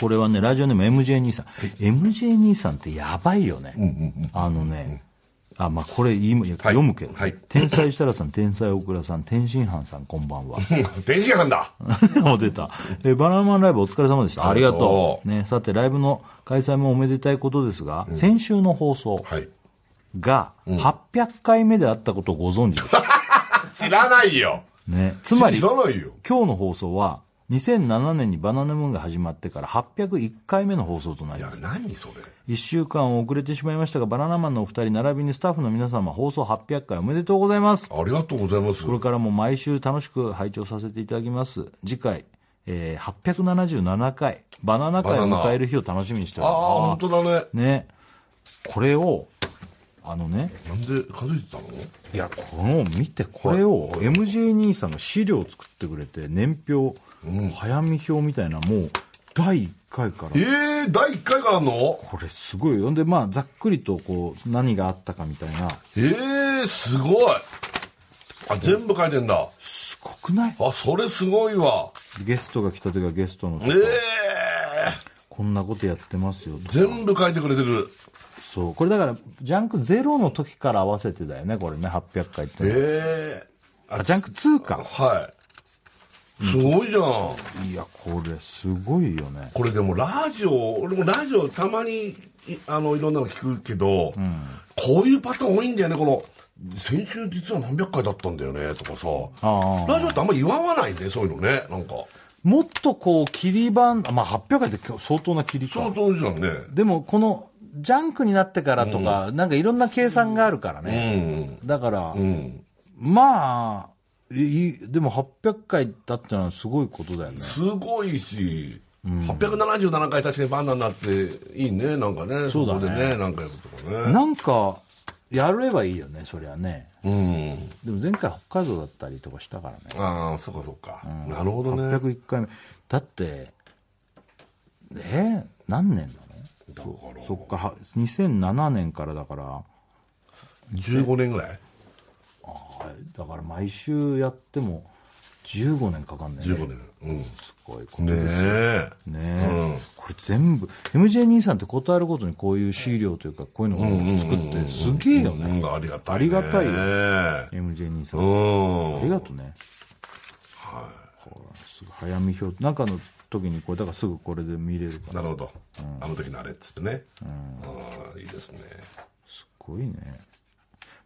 これはねラジオネーム MJ 兄さん MJ 兄さんってやばいよね、あのね、あまあこれ今読むけど、
はい
天才設楽さん天才大倉さん天津飯さんこんばんは (laughs)
電子班だ
もう出たえバナナマンライブお疲れ様でしたあ
あ
り
り
が
が
と
と
う
う
ね、さてライブの開催もおめでたいことですが、先週の放送
はい
が800回目であったことをご存知ですか、
知らないよ
ねつまり
知らないよ
今日の放送は2007年にバナナムーンが始まってから801回目の放送となり
い
ま
や
す
何それ
1週間遅れてしまいましたがバナナマンのお二人並びにスタッフの皆様放送800回おめでとうございます
ありがとうございます
これからも毎週楽しく拝聴させていただきます次回えー、877回、バナナ会を迎える日を楽しみにしてお
あ
り
あ
ま
本当だね
す。ね。これを、あのね、
なんで数えてたの
いや、この、見て、これを、MJ 兄さんが資料を作ってくれて、年表、早見表みたいな、もう、第1回から
ええー、第1回からあんの
これすごいよ。で、まあ、ざっくりと、こう、何があったかみたいな。
ええー、すごいあ全部書いてんだ
すごくない
あそれすごいわ
ゲストが来た時はゲストの
ええ
時、こんなことやってますよ。
全部書いてくれてる
そう。これだから、ジャンクゼロの時から合わせてだよね、これね、800回ってのは。
ええ
あ、ジャンク2か。
はいすごいじゃん、
いや、これ、すごいよね。
これでもラジオ俺もラジオたまにいあのいろんなの聞くけど、こういうパターン多いんだよねこの先週実は何百回だったんだよねとかさ
ああ。
ラジオってあんま言わないねそういうのねなんか
もっとこう、切り板、あまあ、800回って今日相当な切り
相
か。
当じゃんね
でも、この、ジャンクになってからとか、なんかいろんな計算があるから
う
ね。
ん
だから、
うん
まあ、いいでも800回だってのはすごいことだよね。
すごいし、877回確かにバナナっていいねなんかね
そうだね
こでねなんかやるとかね
なんか、やればいいよね、そりゃね。
うん
でも前回北海道だったりとかしたからね。
ああそっかそっか、なるほどね
801回目。だって、えー何年なのそそっから、は2007年からだから、
15年ぐらい
はいだから毎週やっても15年かかんないね。
15年うん
すごいこと
ねえ
ねえ、これ全部 MJ 兄さんってことあるごとにこういう資料というかこういうのを作ってすげえよね、
うんありがたい、ね、
ありがたいよ
ね
MJ 兄さ、
うん
あ
ん
りがとうねはいすぐ早見表なんかの時にこれだからすぐこれで見れるか
な
ら
るほど、あの時のあれっつってね、うん、いいですね
すごいね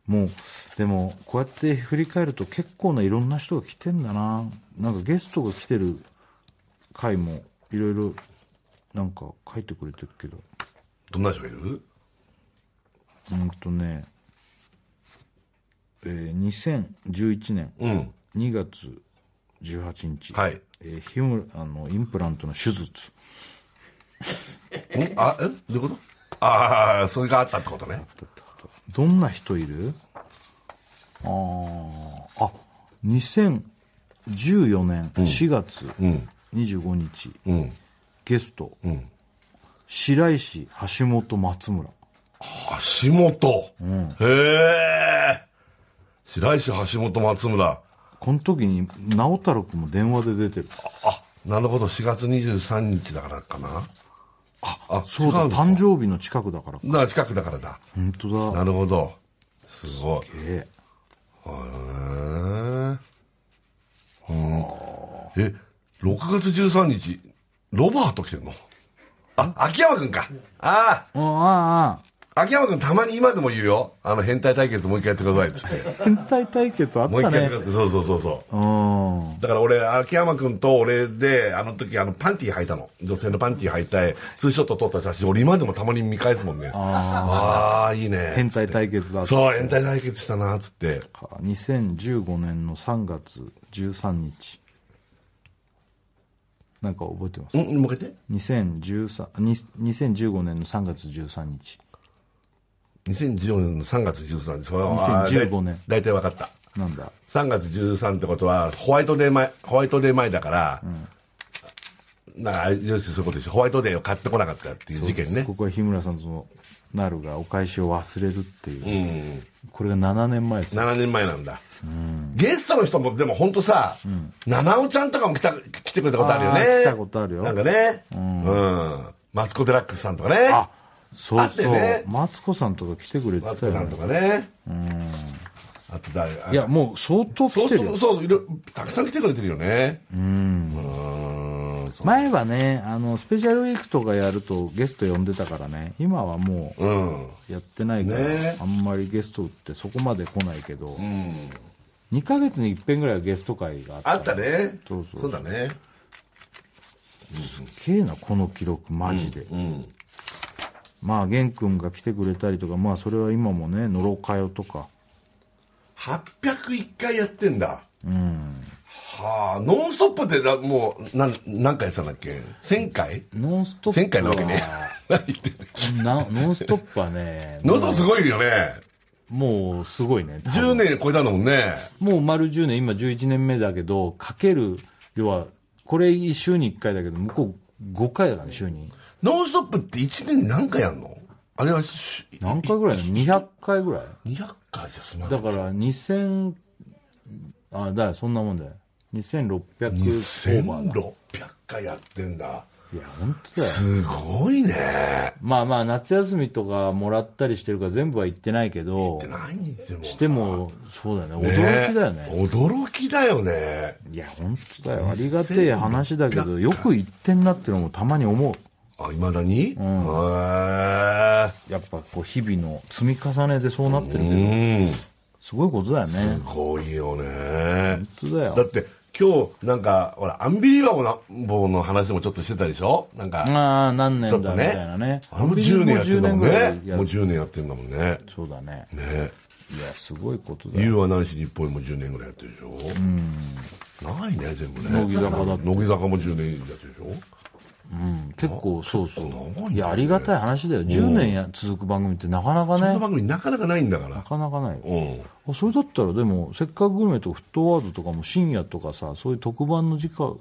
もうでもこうやって振り返ると結構ないろんな人が来てんだななんかゲストが来てる回もいろいろなんか書いてくれてるけど
どんな人がいる
うんとね、えー、2011年
うん
2月18日、
はい
えー日村あのインプラントの手術
んあえどういうことああそれがあったってことね
どんな人いるあーあ2014年4月25日、
うん
ゲスト、白石橋本松村
橋本、へえ白石橋本松村
この時に直太朗君も電話で出てる
あなるほど4月23日だからかなああ
そうだ
違の
誕生日の近くだから
だから近くだからだ
本当だ
なるほどすごいへ
え
えうんえ6月13日ロバート来てんのあ秋山君かあ
えあ
あ
あ
秋山君たまに今でも言うよあの変態対決もう一回やってくださいっつって
ああ変態対決あっ
もう一
た
回やっ
ね
てくださいそうそうそうそう
うん
だから俺、秋山君と俺で、あの時、あの、パンティー履いたの。女性のパンティー履いて、ツーショット撮った写真、俺今でもたまに見返すもんね。ああー、いいね。
変態対決だ
そう、変態対決したな、つって。
か2015年の3月13日なんか覚えてます
ん向けて
2013に2015年の3月13日
?2014 年の3月13日。それはあー
2015年
だいたい分かった。
なんだ
3月13ってことは、ホワイトデー前、ホワイトデー前だから、なんか、要するにそういうことでしょ。ホワイトデーを買ってこなかったっていう事件ね
こ。こは日村さんとのなるがお返しを忘れるっていう、これが7年前ですよ
7年前なんだ、ゲストの人もでも本当さ、七尾ちゃんとかも来た来てくれたことあるよね
あー来たことあるよ
なんかねうん、マツコ・デラックスさんとかね
あそうそう、
あってね
マツコさんとか来てくれて
マツコ
たよ
さん
ね
とかねあと誰
いやもう相当
そ
来
う
て
そ
るよ
うそういろたくさん来てくれてるよねうんんそう
前はねあのスペシャルウィークとかやるとゲスト呼んでたからね今はもう
うん
やってないから、
ね
あんまりゲストってそこまで来ないけど、2ヶ月に一遍ぐらいはゲスト会があった
あったね
そうそう
そうだね
すっげえなこの記録マジで、まあ玄君が来てくれたりとかまあそれは今もね「のろかよ」とか
801回やってんだ、はあ、ノンストップってなもうなん何回やってたんだっけ ?1000 回
ノンストップは。
?1000 回なわけね。 (laughs) 何言ってんだ
(laughs) なノンストップ
(laughs)
はね、
ノンストップすごいよね。
もうすごいね。
10年超えたんだもんね。
もう丸10年、今11年目だけど、かける、要は、これ週に1回だけど、向こう5回だからね、週に。
ノンストップって1年に何回やんのあれはし
何回ぐらいなの ?200 回ぐらい
200回じゃ済まな
だ
い。
から2000、あ、だよ、そんなもんだよ。2600オーバーだ。
2600回やってんだ。
いや、本当だよ。
すごいね。
まあまあ、夏休みとかもらったりしてるから全部は行ってないけど
って、何でも。
しても、そうだよね。
ね
驚きだよね。
驚きだよね。
いや、本当だよ。ありがてえ話だけど、よく言ってんなってのもたまに思う。
あ、いまだに、へー
やっぱこう、日々の積み重ねでそうなってるけ
う
ど、
ん。
すごいことだよね
す。ごいよね。
本当だよ
だって、今日、なんか、ほら、アンビリバボーボーの話もちょっとしてたでしょなんか、
ああ、何
ちょ
年
っ
だ
と
み
ね。
たいなね。
あれも10年やってんだもんね
10年。ぐらいや
もう10年やってんだもんね。
そうだね。
ね。
いや、すごいことだよ。
言うは何し日本も10年ぐらいやってるでしょないね、全部ね。
乃木坂だって
乃木坂も10年やってるでしょ
うん結構、そうそう。
ね
いや、ありがたい話だよ。10年や続く番組ってなかなか
この
ね、
番組なかなかないんだから
な。かなかない。
うん。
あそれだったらでも「せっかくグルメ」とか「フットワード」とかも深夜とかさそういう特番の時間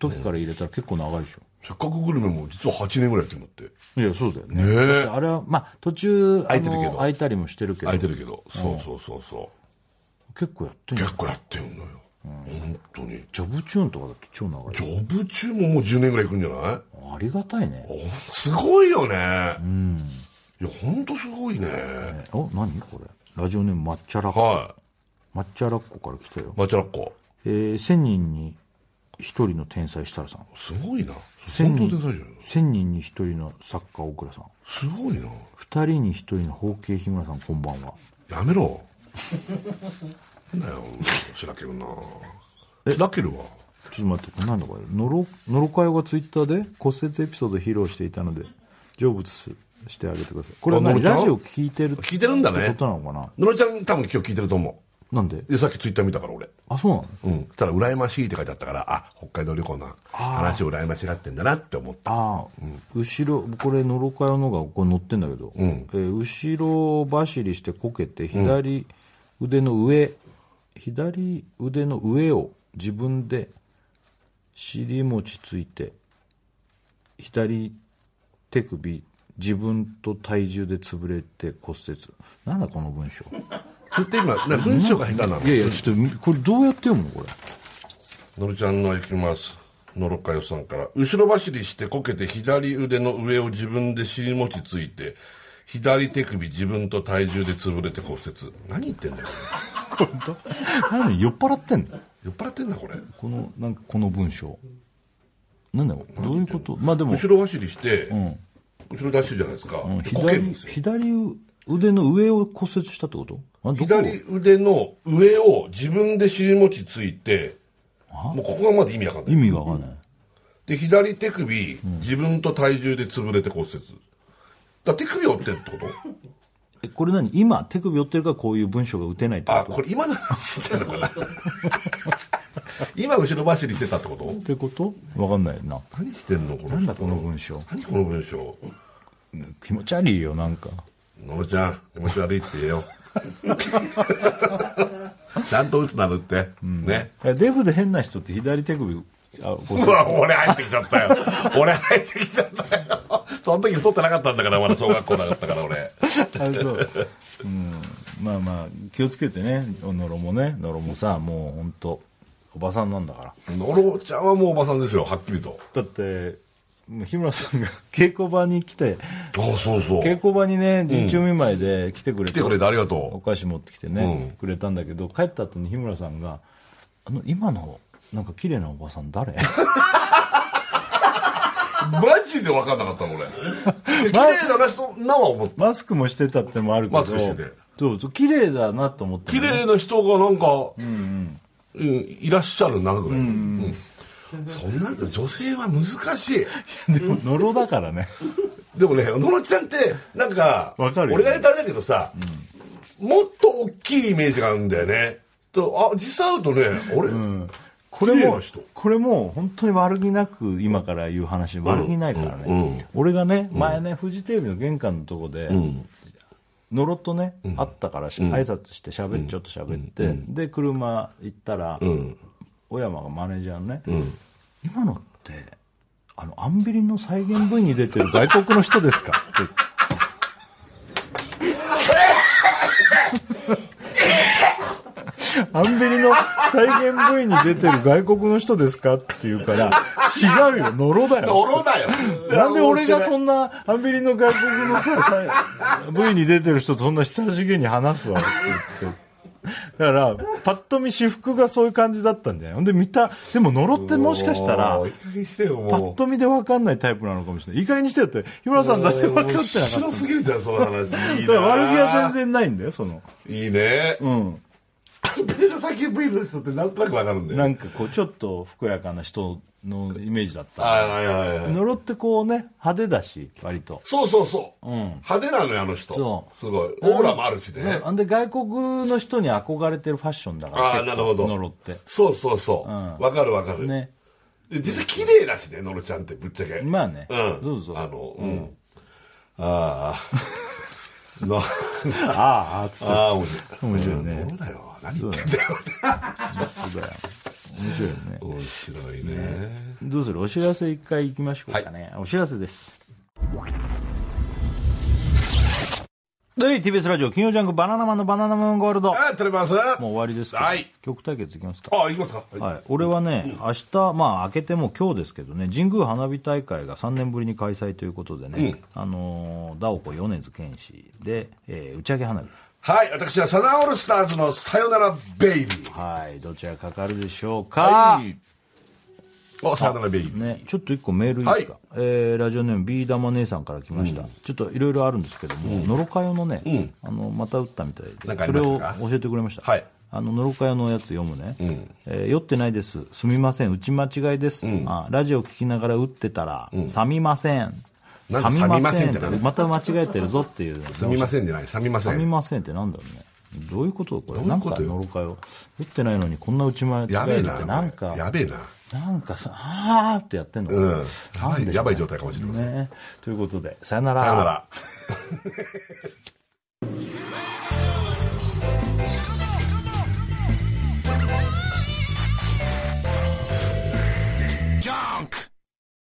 時から入れたら結構長いでしょ、
せっかくグルメも実は8年ぐらいやってるんだって。
いやそうだよね
ねえ
だってあれはまあ途中
空いてるけど
あの空いたりもしてるけど
空いてるけど。そうそうそうそう。
結構やってんじゃん
結構やってるのよ。本当に。
ジョブチューンとかだって超長い
ジョブ中ももう10年ぐらいいくんじゃない
ありがたいね
おすごいよね。いや、本当すごいね。
えお何これラジオネーム抹茶ラッコ
は
抹茶ラッコから来たよ
い。、マチャラッコ。
えー、1000人に1人の天才設楽さん
すごいな。
1000
本当
人
に天才じゃない
1000人に1人の作家大倉さん
すごいな。
2人に1人の包茎日村さんこんばんは
やめろ。 (laughs) なんだよ、しらけるな。え、ラケルは
ちょっと待って、これなんだこれ。のろ、のろかよがツイッターで骨折エピソードを披露していたので、成仏してあげてください。これ
あ
は
の
何
ろちゃん
ラジオ聞いてる
聞いてるんだ
って
ね
こ。となのかな
のろちゃん多分今日聞いてると思
なんで
う。で、さっきツイッター見たから俺。
あ、そうなの
うん。そしたら、羨ましいって書いてあったから、あ、北海道旅行の話を羨ましがってんだなって思った。
ああ、後ろ、これ、のろかよのがこれ乗ってんだけど、えー後ろ走りしてこけて、左腕の上、左腕の上を自分で尻餅ついて、左手首、自分と体重で潰れて骨折。なんだこの文章。
それって今、な文章が下手なの
いやいや、ちょっとみ、これどうやって読むのこれ。
のりちゃんの行きますのろかよさんから後ろ走りしてこけて左腕の上を自分で尻餅ついて左手首自分と体重で潰れて骨折何言ってんだよこ
何酔っ払ってんの
れ酔っ払ってんだこれ
この、なんかこの文章。なんだろうどういうことまあでも、
後ろ走りして、後ろダッシュじゃないですか、
うん
でこけるんで
左
すよ
左腕の上を骨折したってことあどこ
左腕の上を自分で尻餅ついてもうここがまだ意味わかんな
意
い
味がわかんない、
で左手首、自分と体重で潰れて骨折だから手首折ってるってこと
えこれ何今手首折ってるからこういう文章が打てないって
あ、
こと
これ今の話してたのかな今後ろ走りしてたってこと
ってことわかんないな
何してんのこの人
なんだこの文章
何この文章
気持ち悪いよなんか
ののちゃん気持ち悪いって言え
(laughs)
よちゃんと打つなるって、ね
いやデブで変な人って左手首あ骨
う
折
わ俺入ってきちゃったよ俺入ってきちゃったよその時太ってなかったんだからまだ小学校なかったから俺
あそう、うん、まあまあ気をつけてねノロもねノロもさもう本当おばさんなんだから
のろちゃんはもうおばさんですよはっきりと
だってもう日村さんが稽古場に来て
あそうそう来
稽古場にね陣中見舞いで来てくれて
てくれてありが
お
と
菓子持ってきてね、くれたんだけど帰った後に日村さんが「あの今のなんか綺麗なおばさん誰? 」 (laughs)
うマジで分かんなかった
(laughs)
の俺綺麗な人なは思った
マスクもしてたってのもあるけど
マスクしてて
そうそう綺麗だなと思って、
綺麗な人がなんか、うんいらっしゃるなぐらい、うんそんなんで女性は難しい
(laughs) でも野呂だからね
でもね野呂ちゃんってなんか
わかるよ
俺が言うとあれだけどさ、もっと大きいイメージがあるんだよねとあ実際会うとね俺、
ここれ
綺麗な
も
人、
これも本当に悪気なく、今から言う話、悪気ないからね、
うんうん
俺がね、前ね、フジテレビの玄関のとこで、のろっとね、会ったからし、挨拶して、しゃべちょっと喋って、で、車行ったら、小山がマネージャーのね、今のって、あの、アンビリの再現 V に出てる外国の人ですかって。アンビリの再現 V に出てる外国の人ですかって言うから、違うよ、ノロだよ。
泥だよ。
なんで俺がそんなアンビリの外国のさ、さ V に出てる人とそんな親しげに話すわって言って。だから、パッと見私服がそういう感じだったんじゃないほんで見た、でもノロってもしかしたら
もう、いい加減にしてよ、もう。
パッと見で分かんないタイプなのかもしれない。意外にしてよって、日村さんだって分かってなかった。
面白すぎるじゃん、その話。いい
だから悪気は全
然。
然ないんだよ、その。
いいね。
うん。
ペルサキブイの人ってなんとなくわかるんだよ。
なんかこう、ちょっとふくやかな人のイメージだった。
はいはいはいはい。
呪ってこうね、派手だし、割と。
そうそうそう。
うん
派手なのよ、あの人。
そう
すごい。オーラもあるしね。
そうで外国の人に憧れてるファッションだから
ああ、
結構
なるほど。
ノロって
そうそうそう。
うん
わ、かるわかる。
ね
で実際綺麗だしね、ノロちゃんって、ぶっちゃけ。
まあね
うん。
そうそう
あの、うん。あ
(laughs)
あ。の
ああああつって
ああ、面白い。
面白いね
ノロだよ。何言ってんだよ。
面白いよね
面白いね
どうするお知らせ一回行きましょうかね、お知らせですはい、TBS ラジオ、金曜ジャンク、バナナマンのバナナムーンゴールド。も
はい、取れます。
う終わりですけど
はい
曲対決いきますか。
あ、行きますか。は
はい、俺はね、明日まあ、明けてもう今日ですけどね、神宮花火大会が3年ぶりに開催ということでね、あのー、ダオコ米津玄師で、えー打ち上げ花火、
はい、私はサザンオールスターズのさよならベイビー。
はい、どちらかかるでしょうか。
はい。お、さよならベイビー。
ね、ちょっと一個メールいいですか、
はい
えーラジオネームビー玉姉さんから来ました、ちょっといろいろあるんですけども、のろかよのね、あのまた打ったみたい
なん
で
かあ
そ
り
れ
まし
を
たか
教えてくれました
はい
あののろかよのやつ読むね、えー酔ってないですすみません打ち間違いです、あラジオ聞きながら打ってたら、さみません
なんか
さみませ
さみませんっ
んっ
ててなんだ
また間違えてるぞっていう
すみませんじゃない、さみませ
さみ
ん。
ませんってなんだろうねどういうことこれ
どういうことよ
なんかのろかよ打ってないのにこんな打ち間違
やべ
え
え
るっ
な
て。なんか
やべえな。
なんかさ、あーってやってんのかな、
うん
なんでしょうね
やばいやばい状態かもしれません
ね、ということで、さよなら。
さよなら。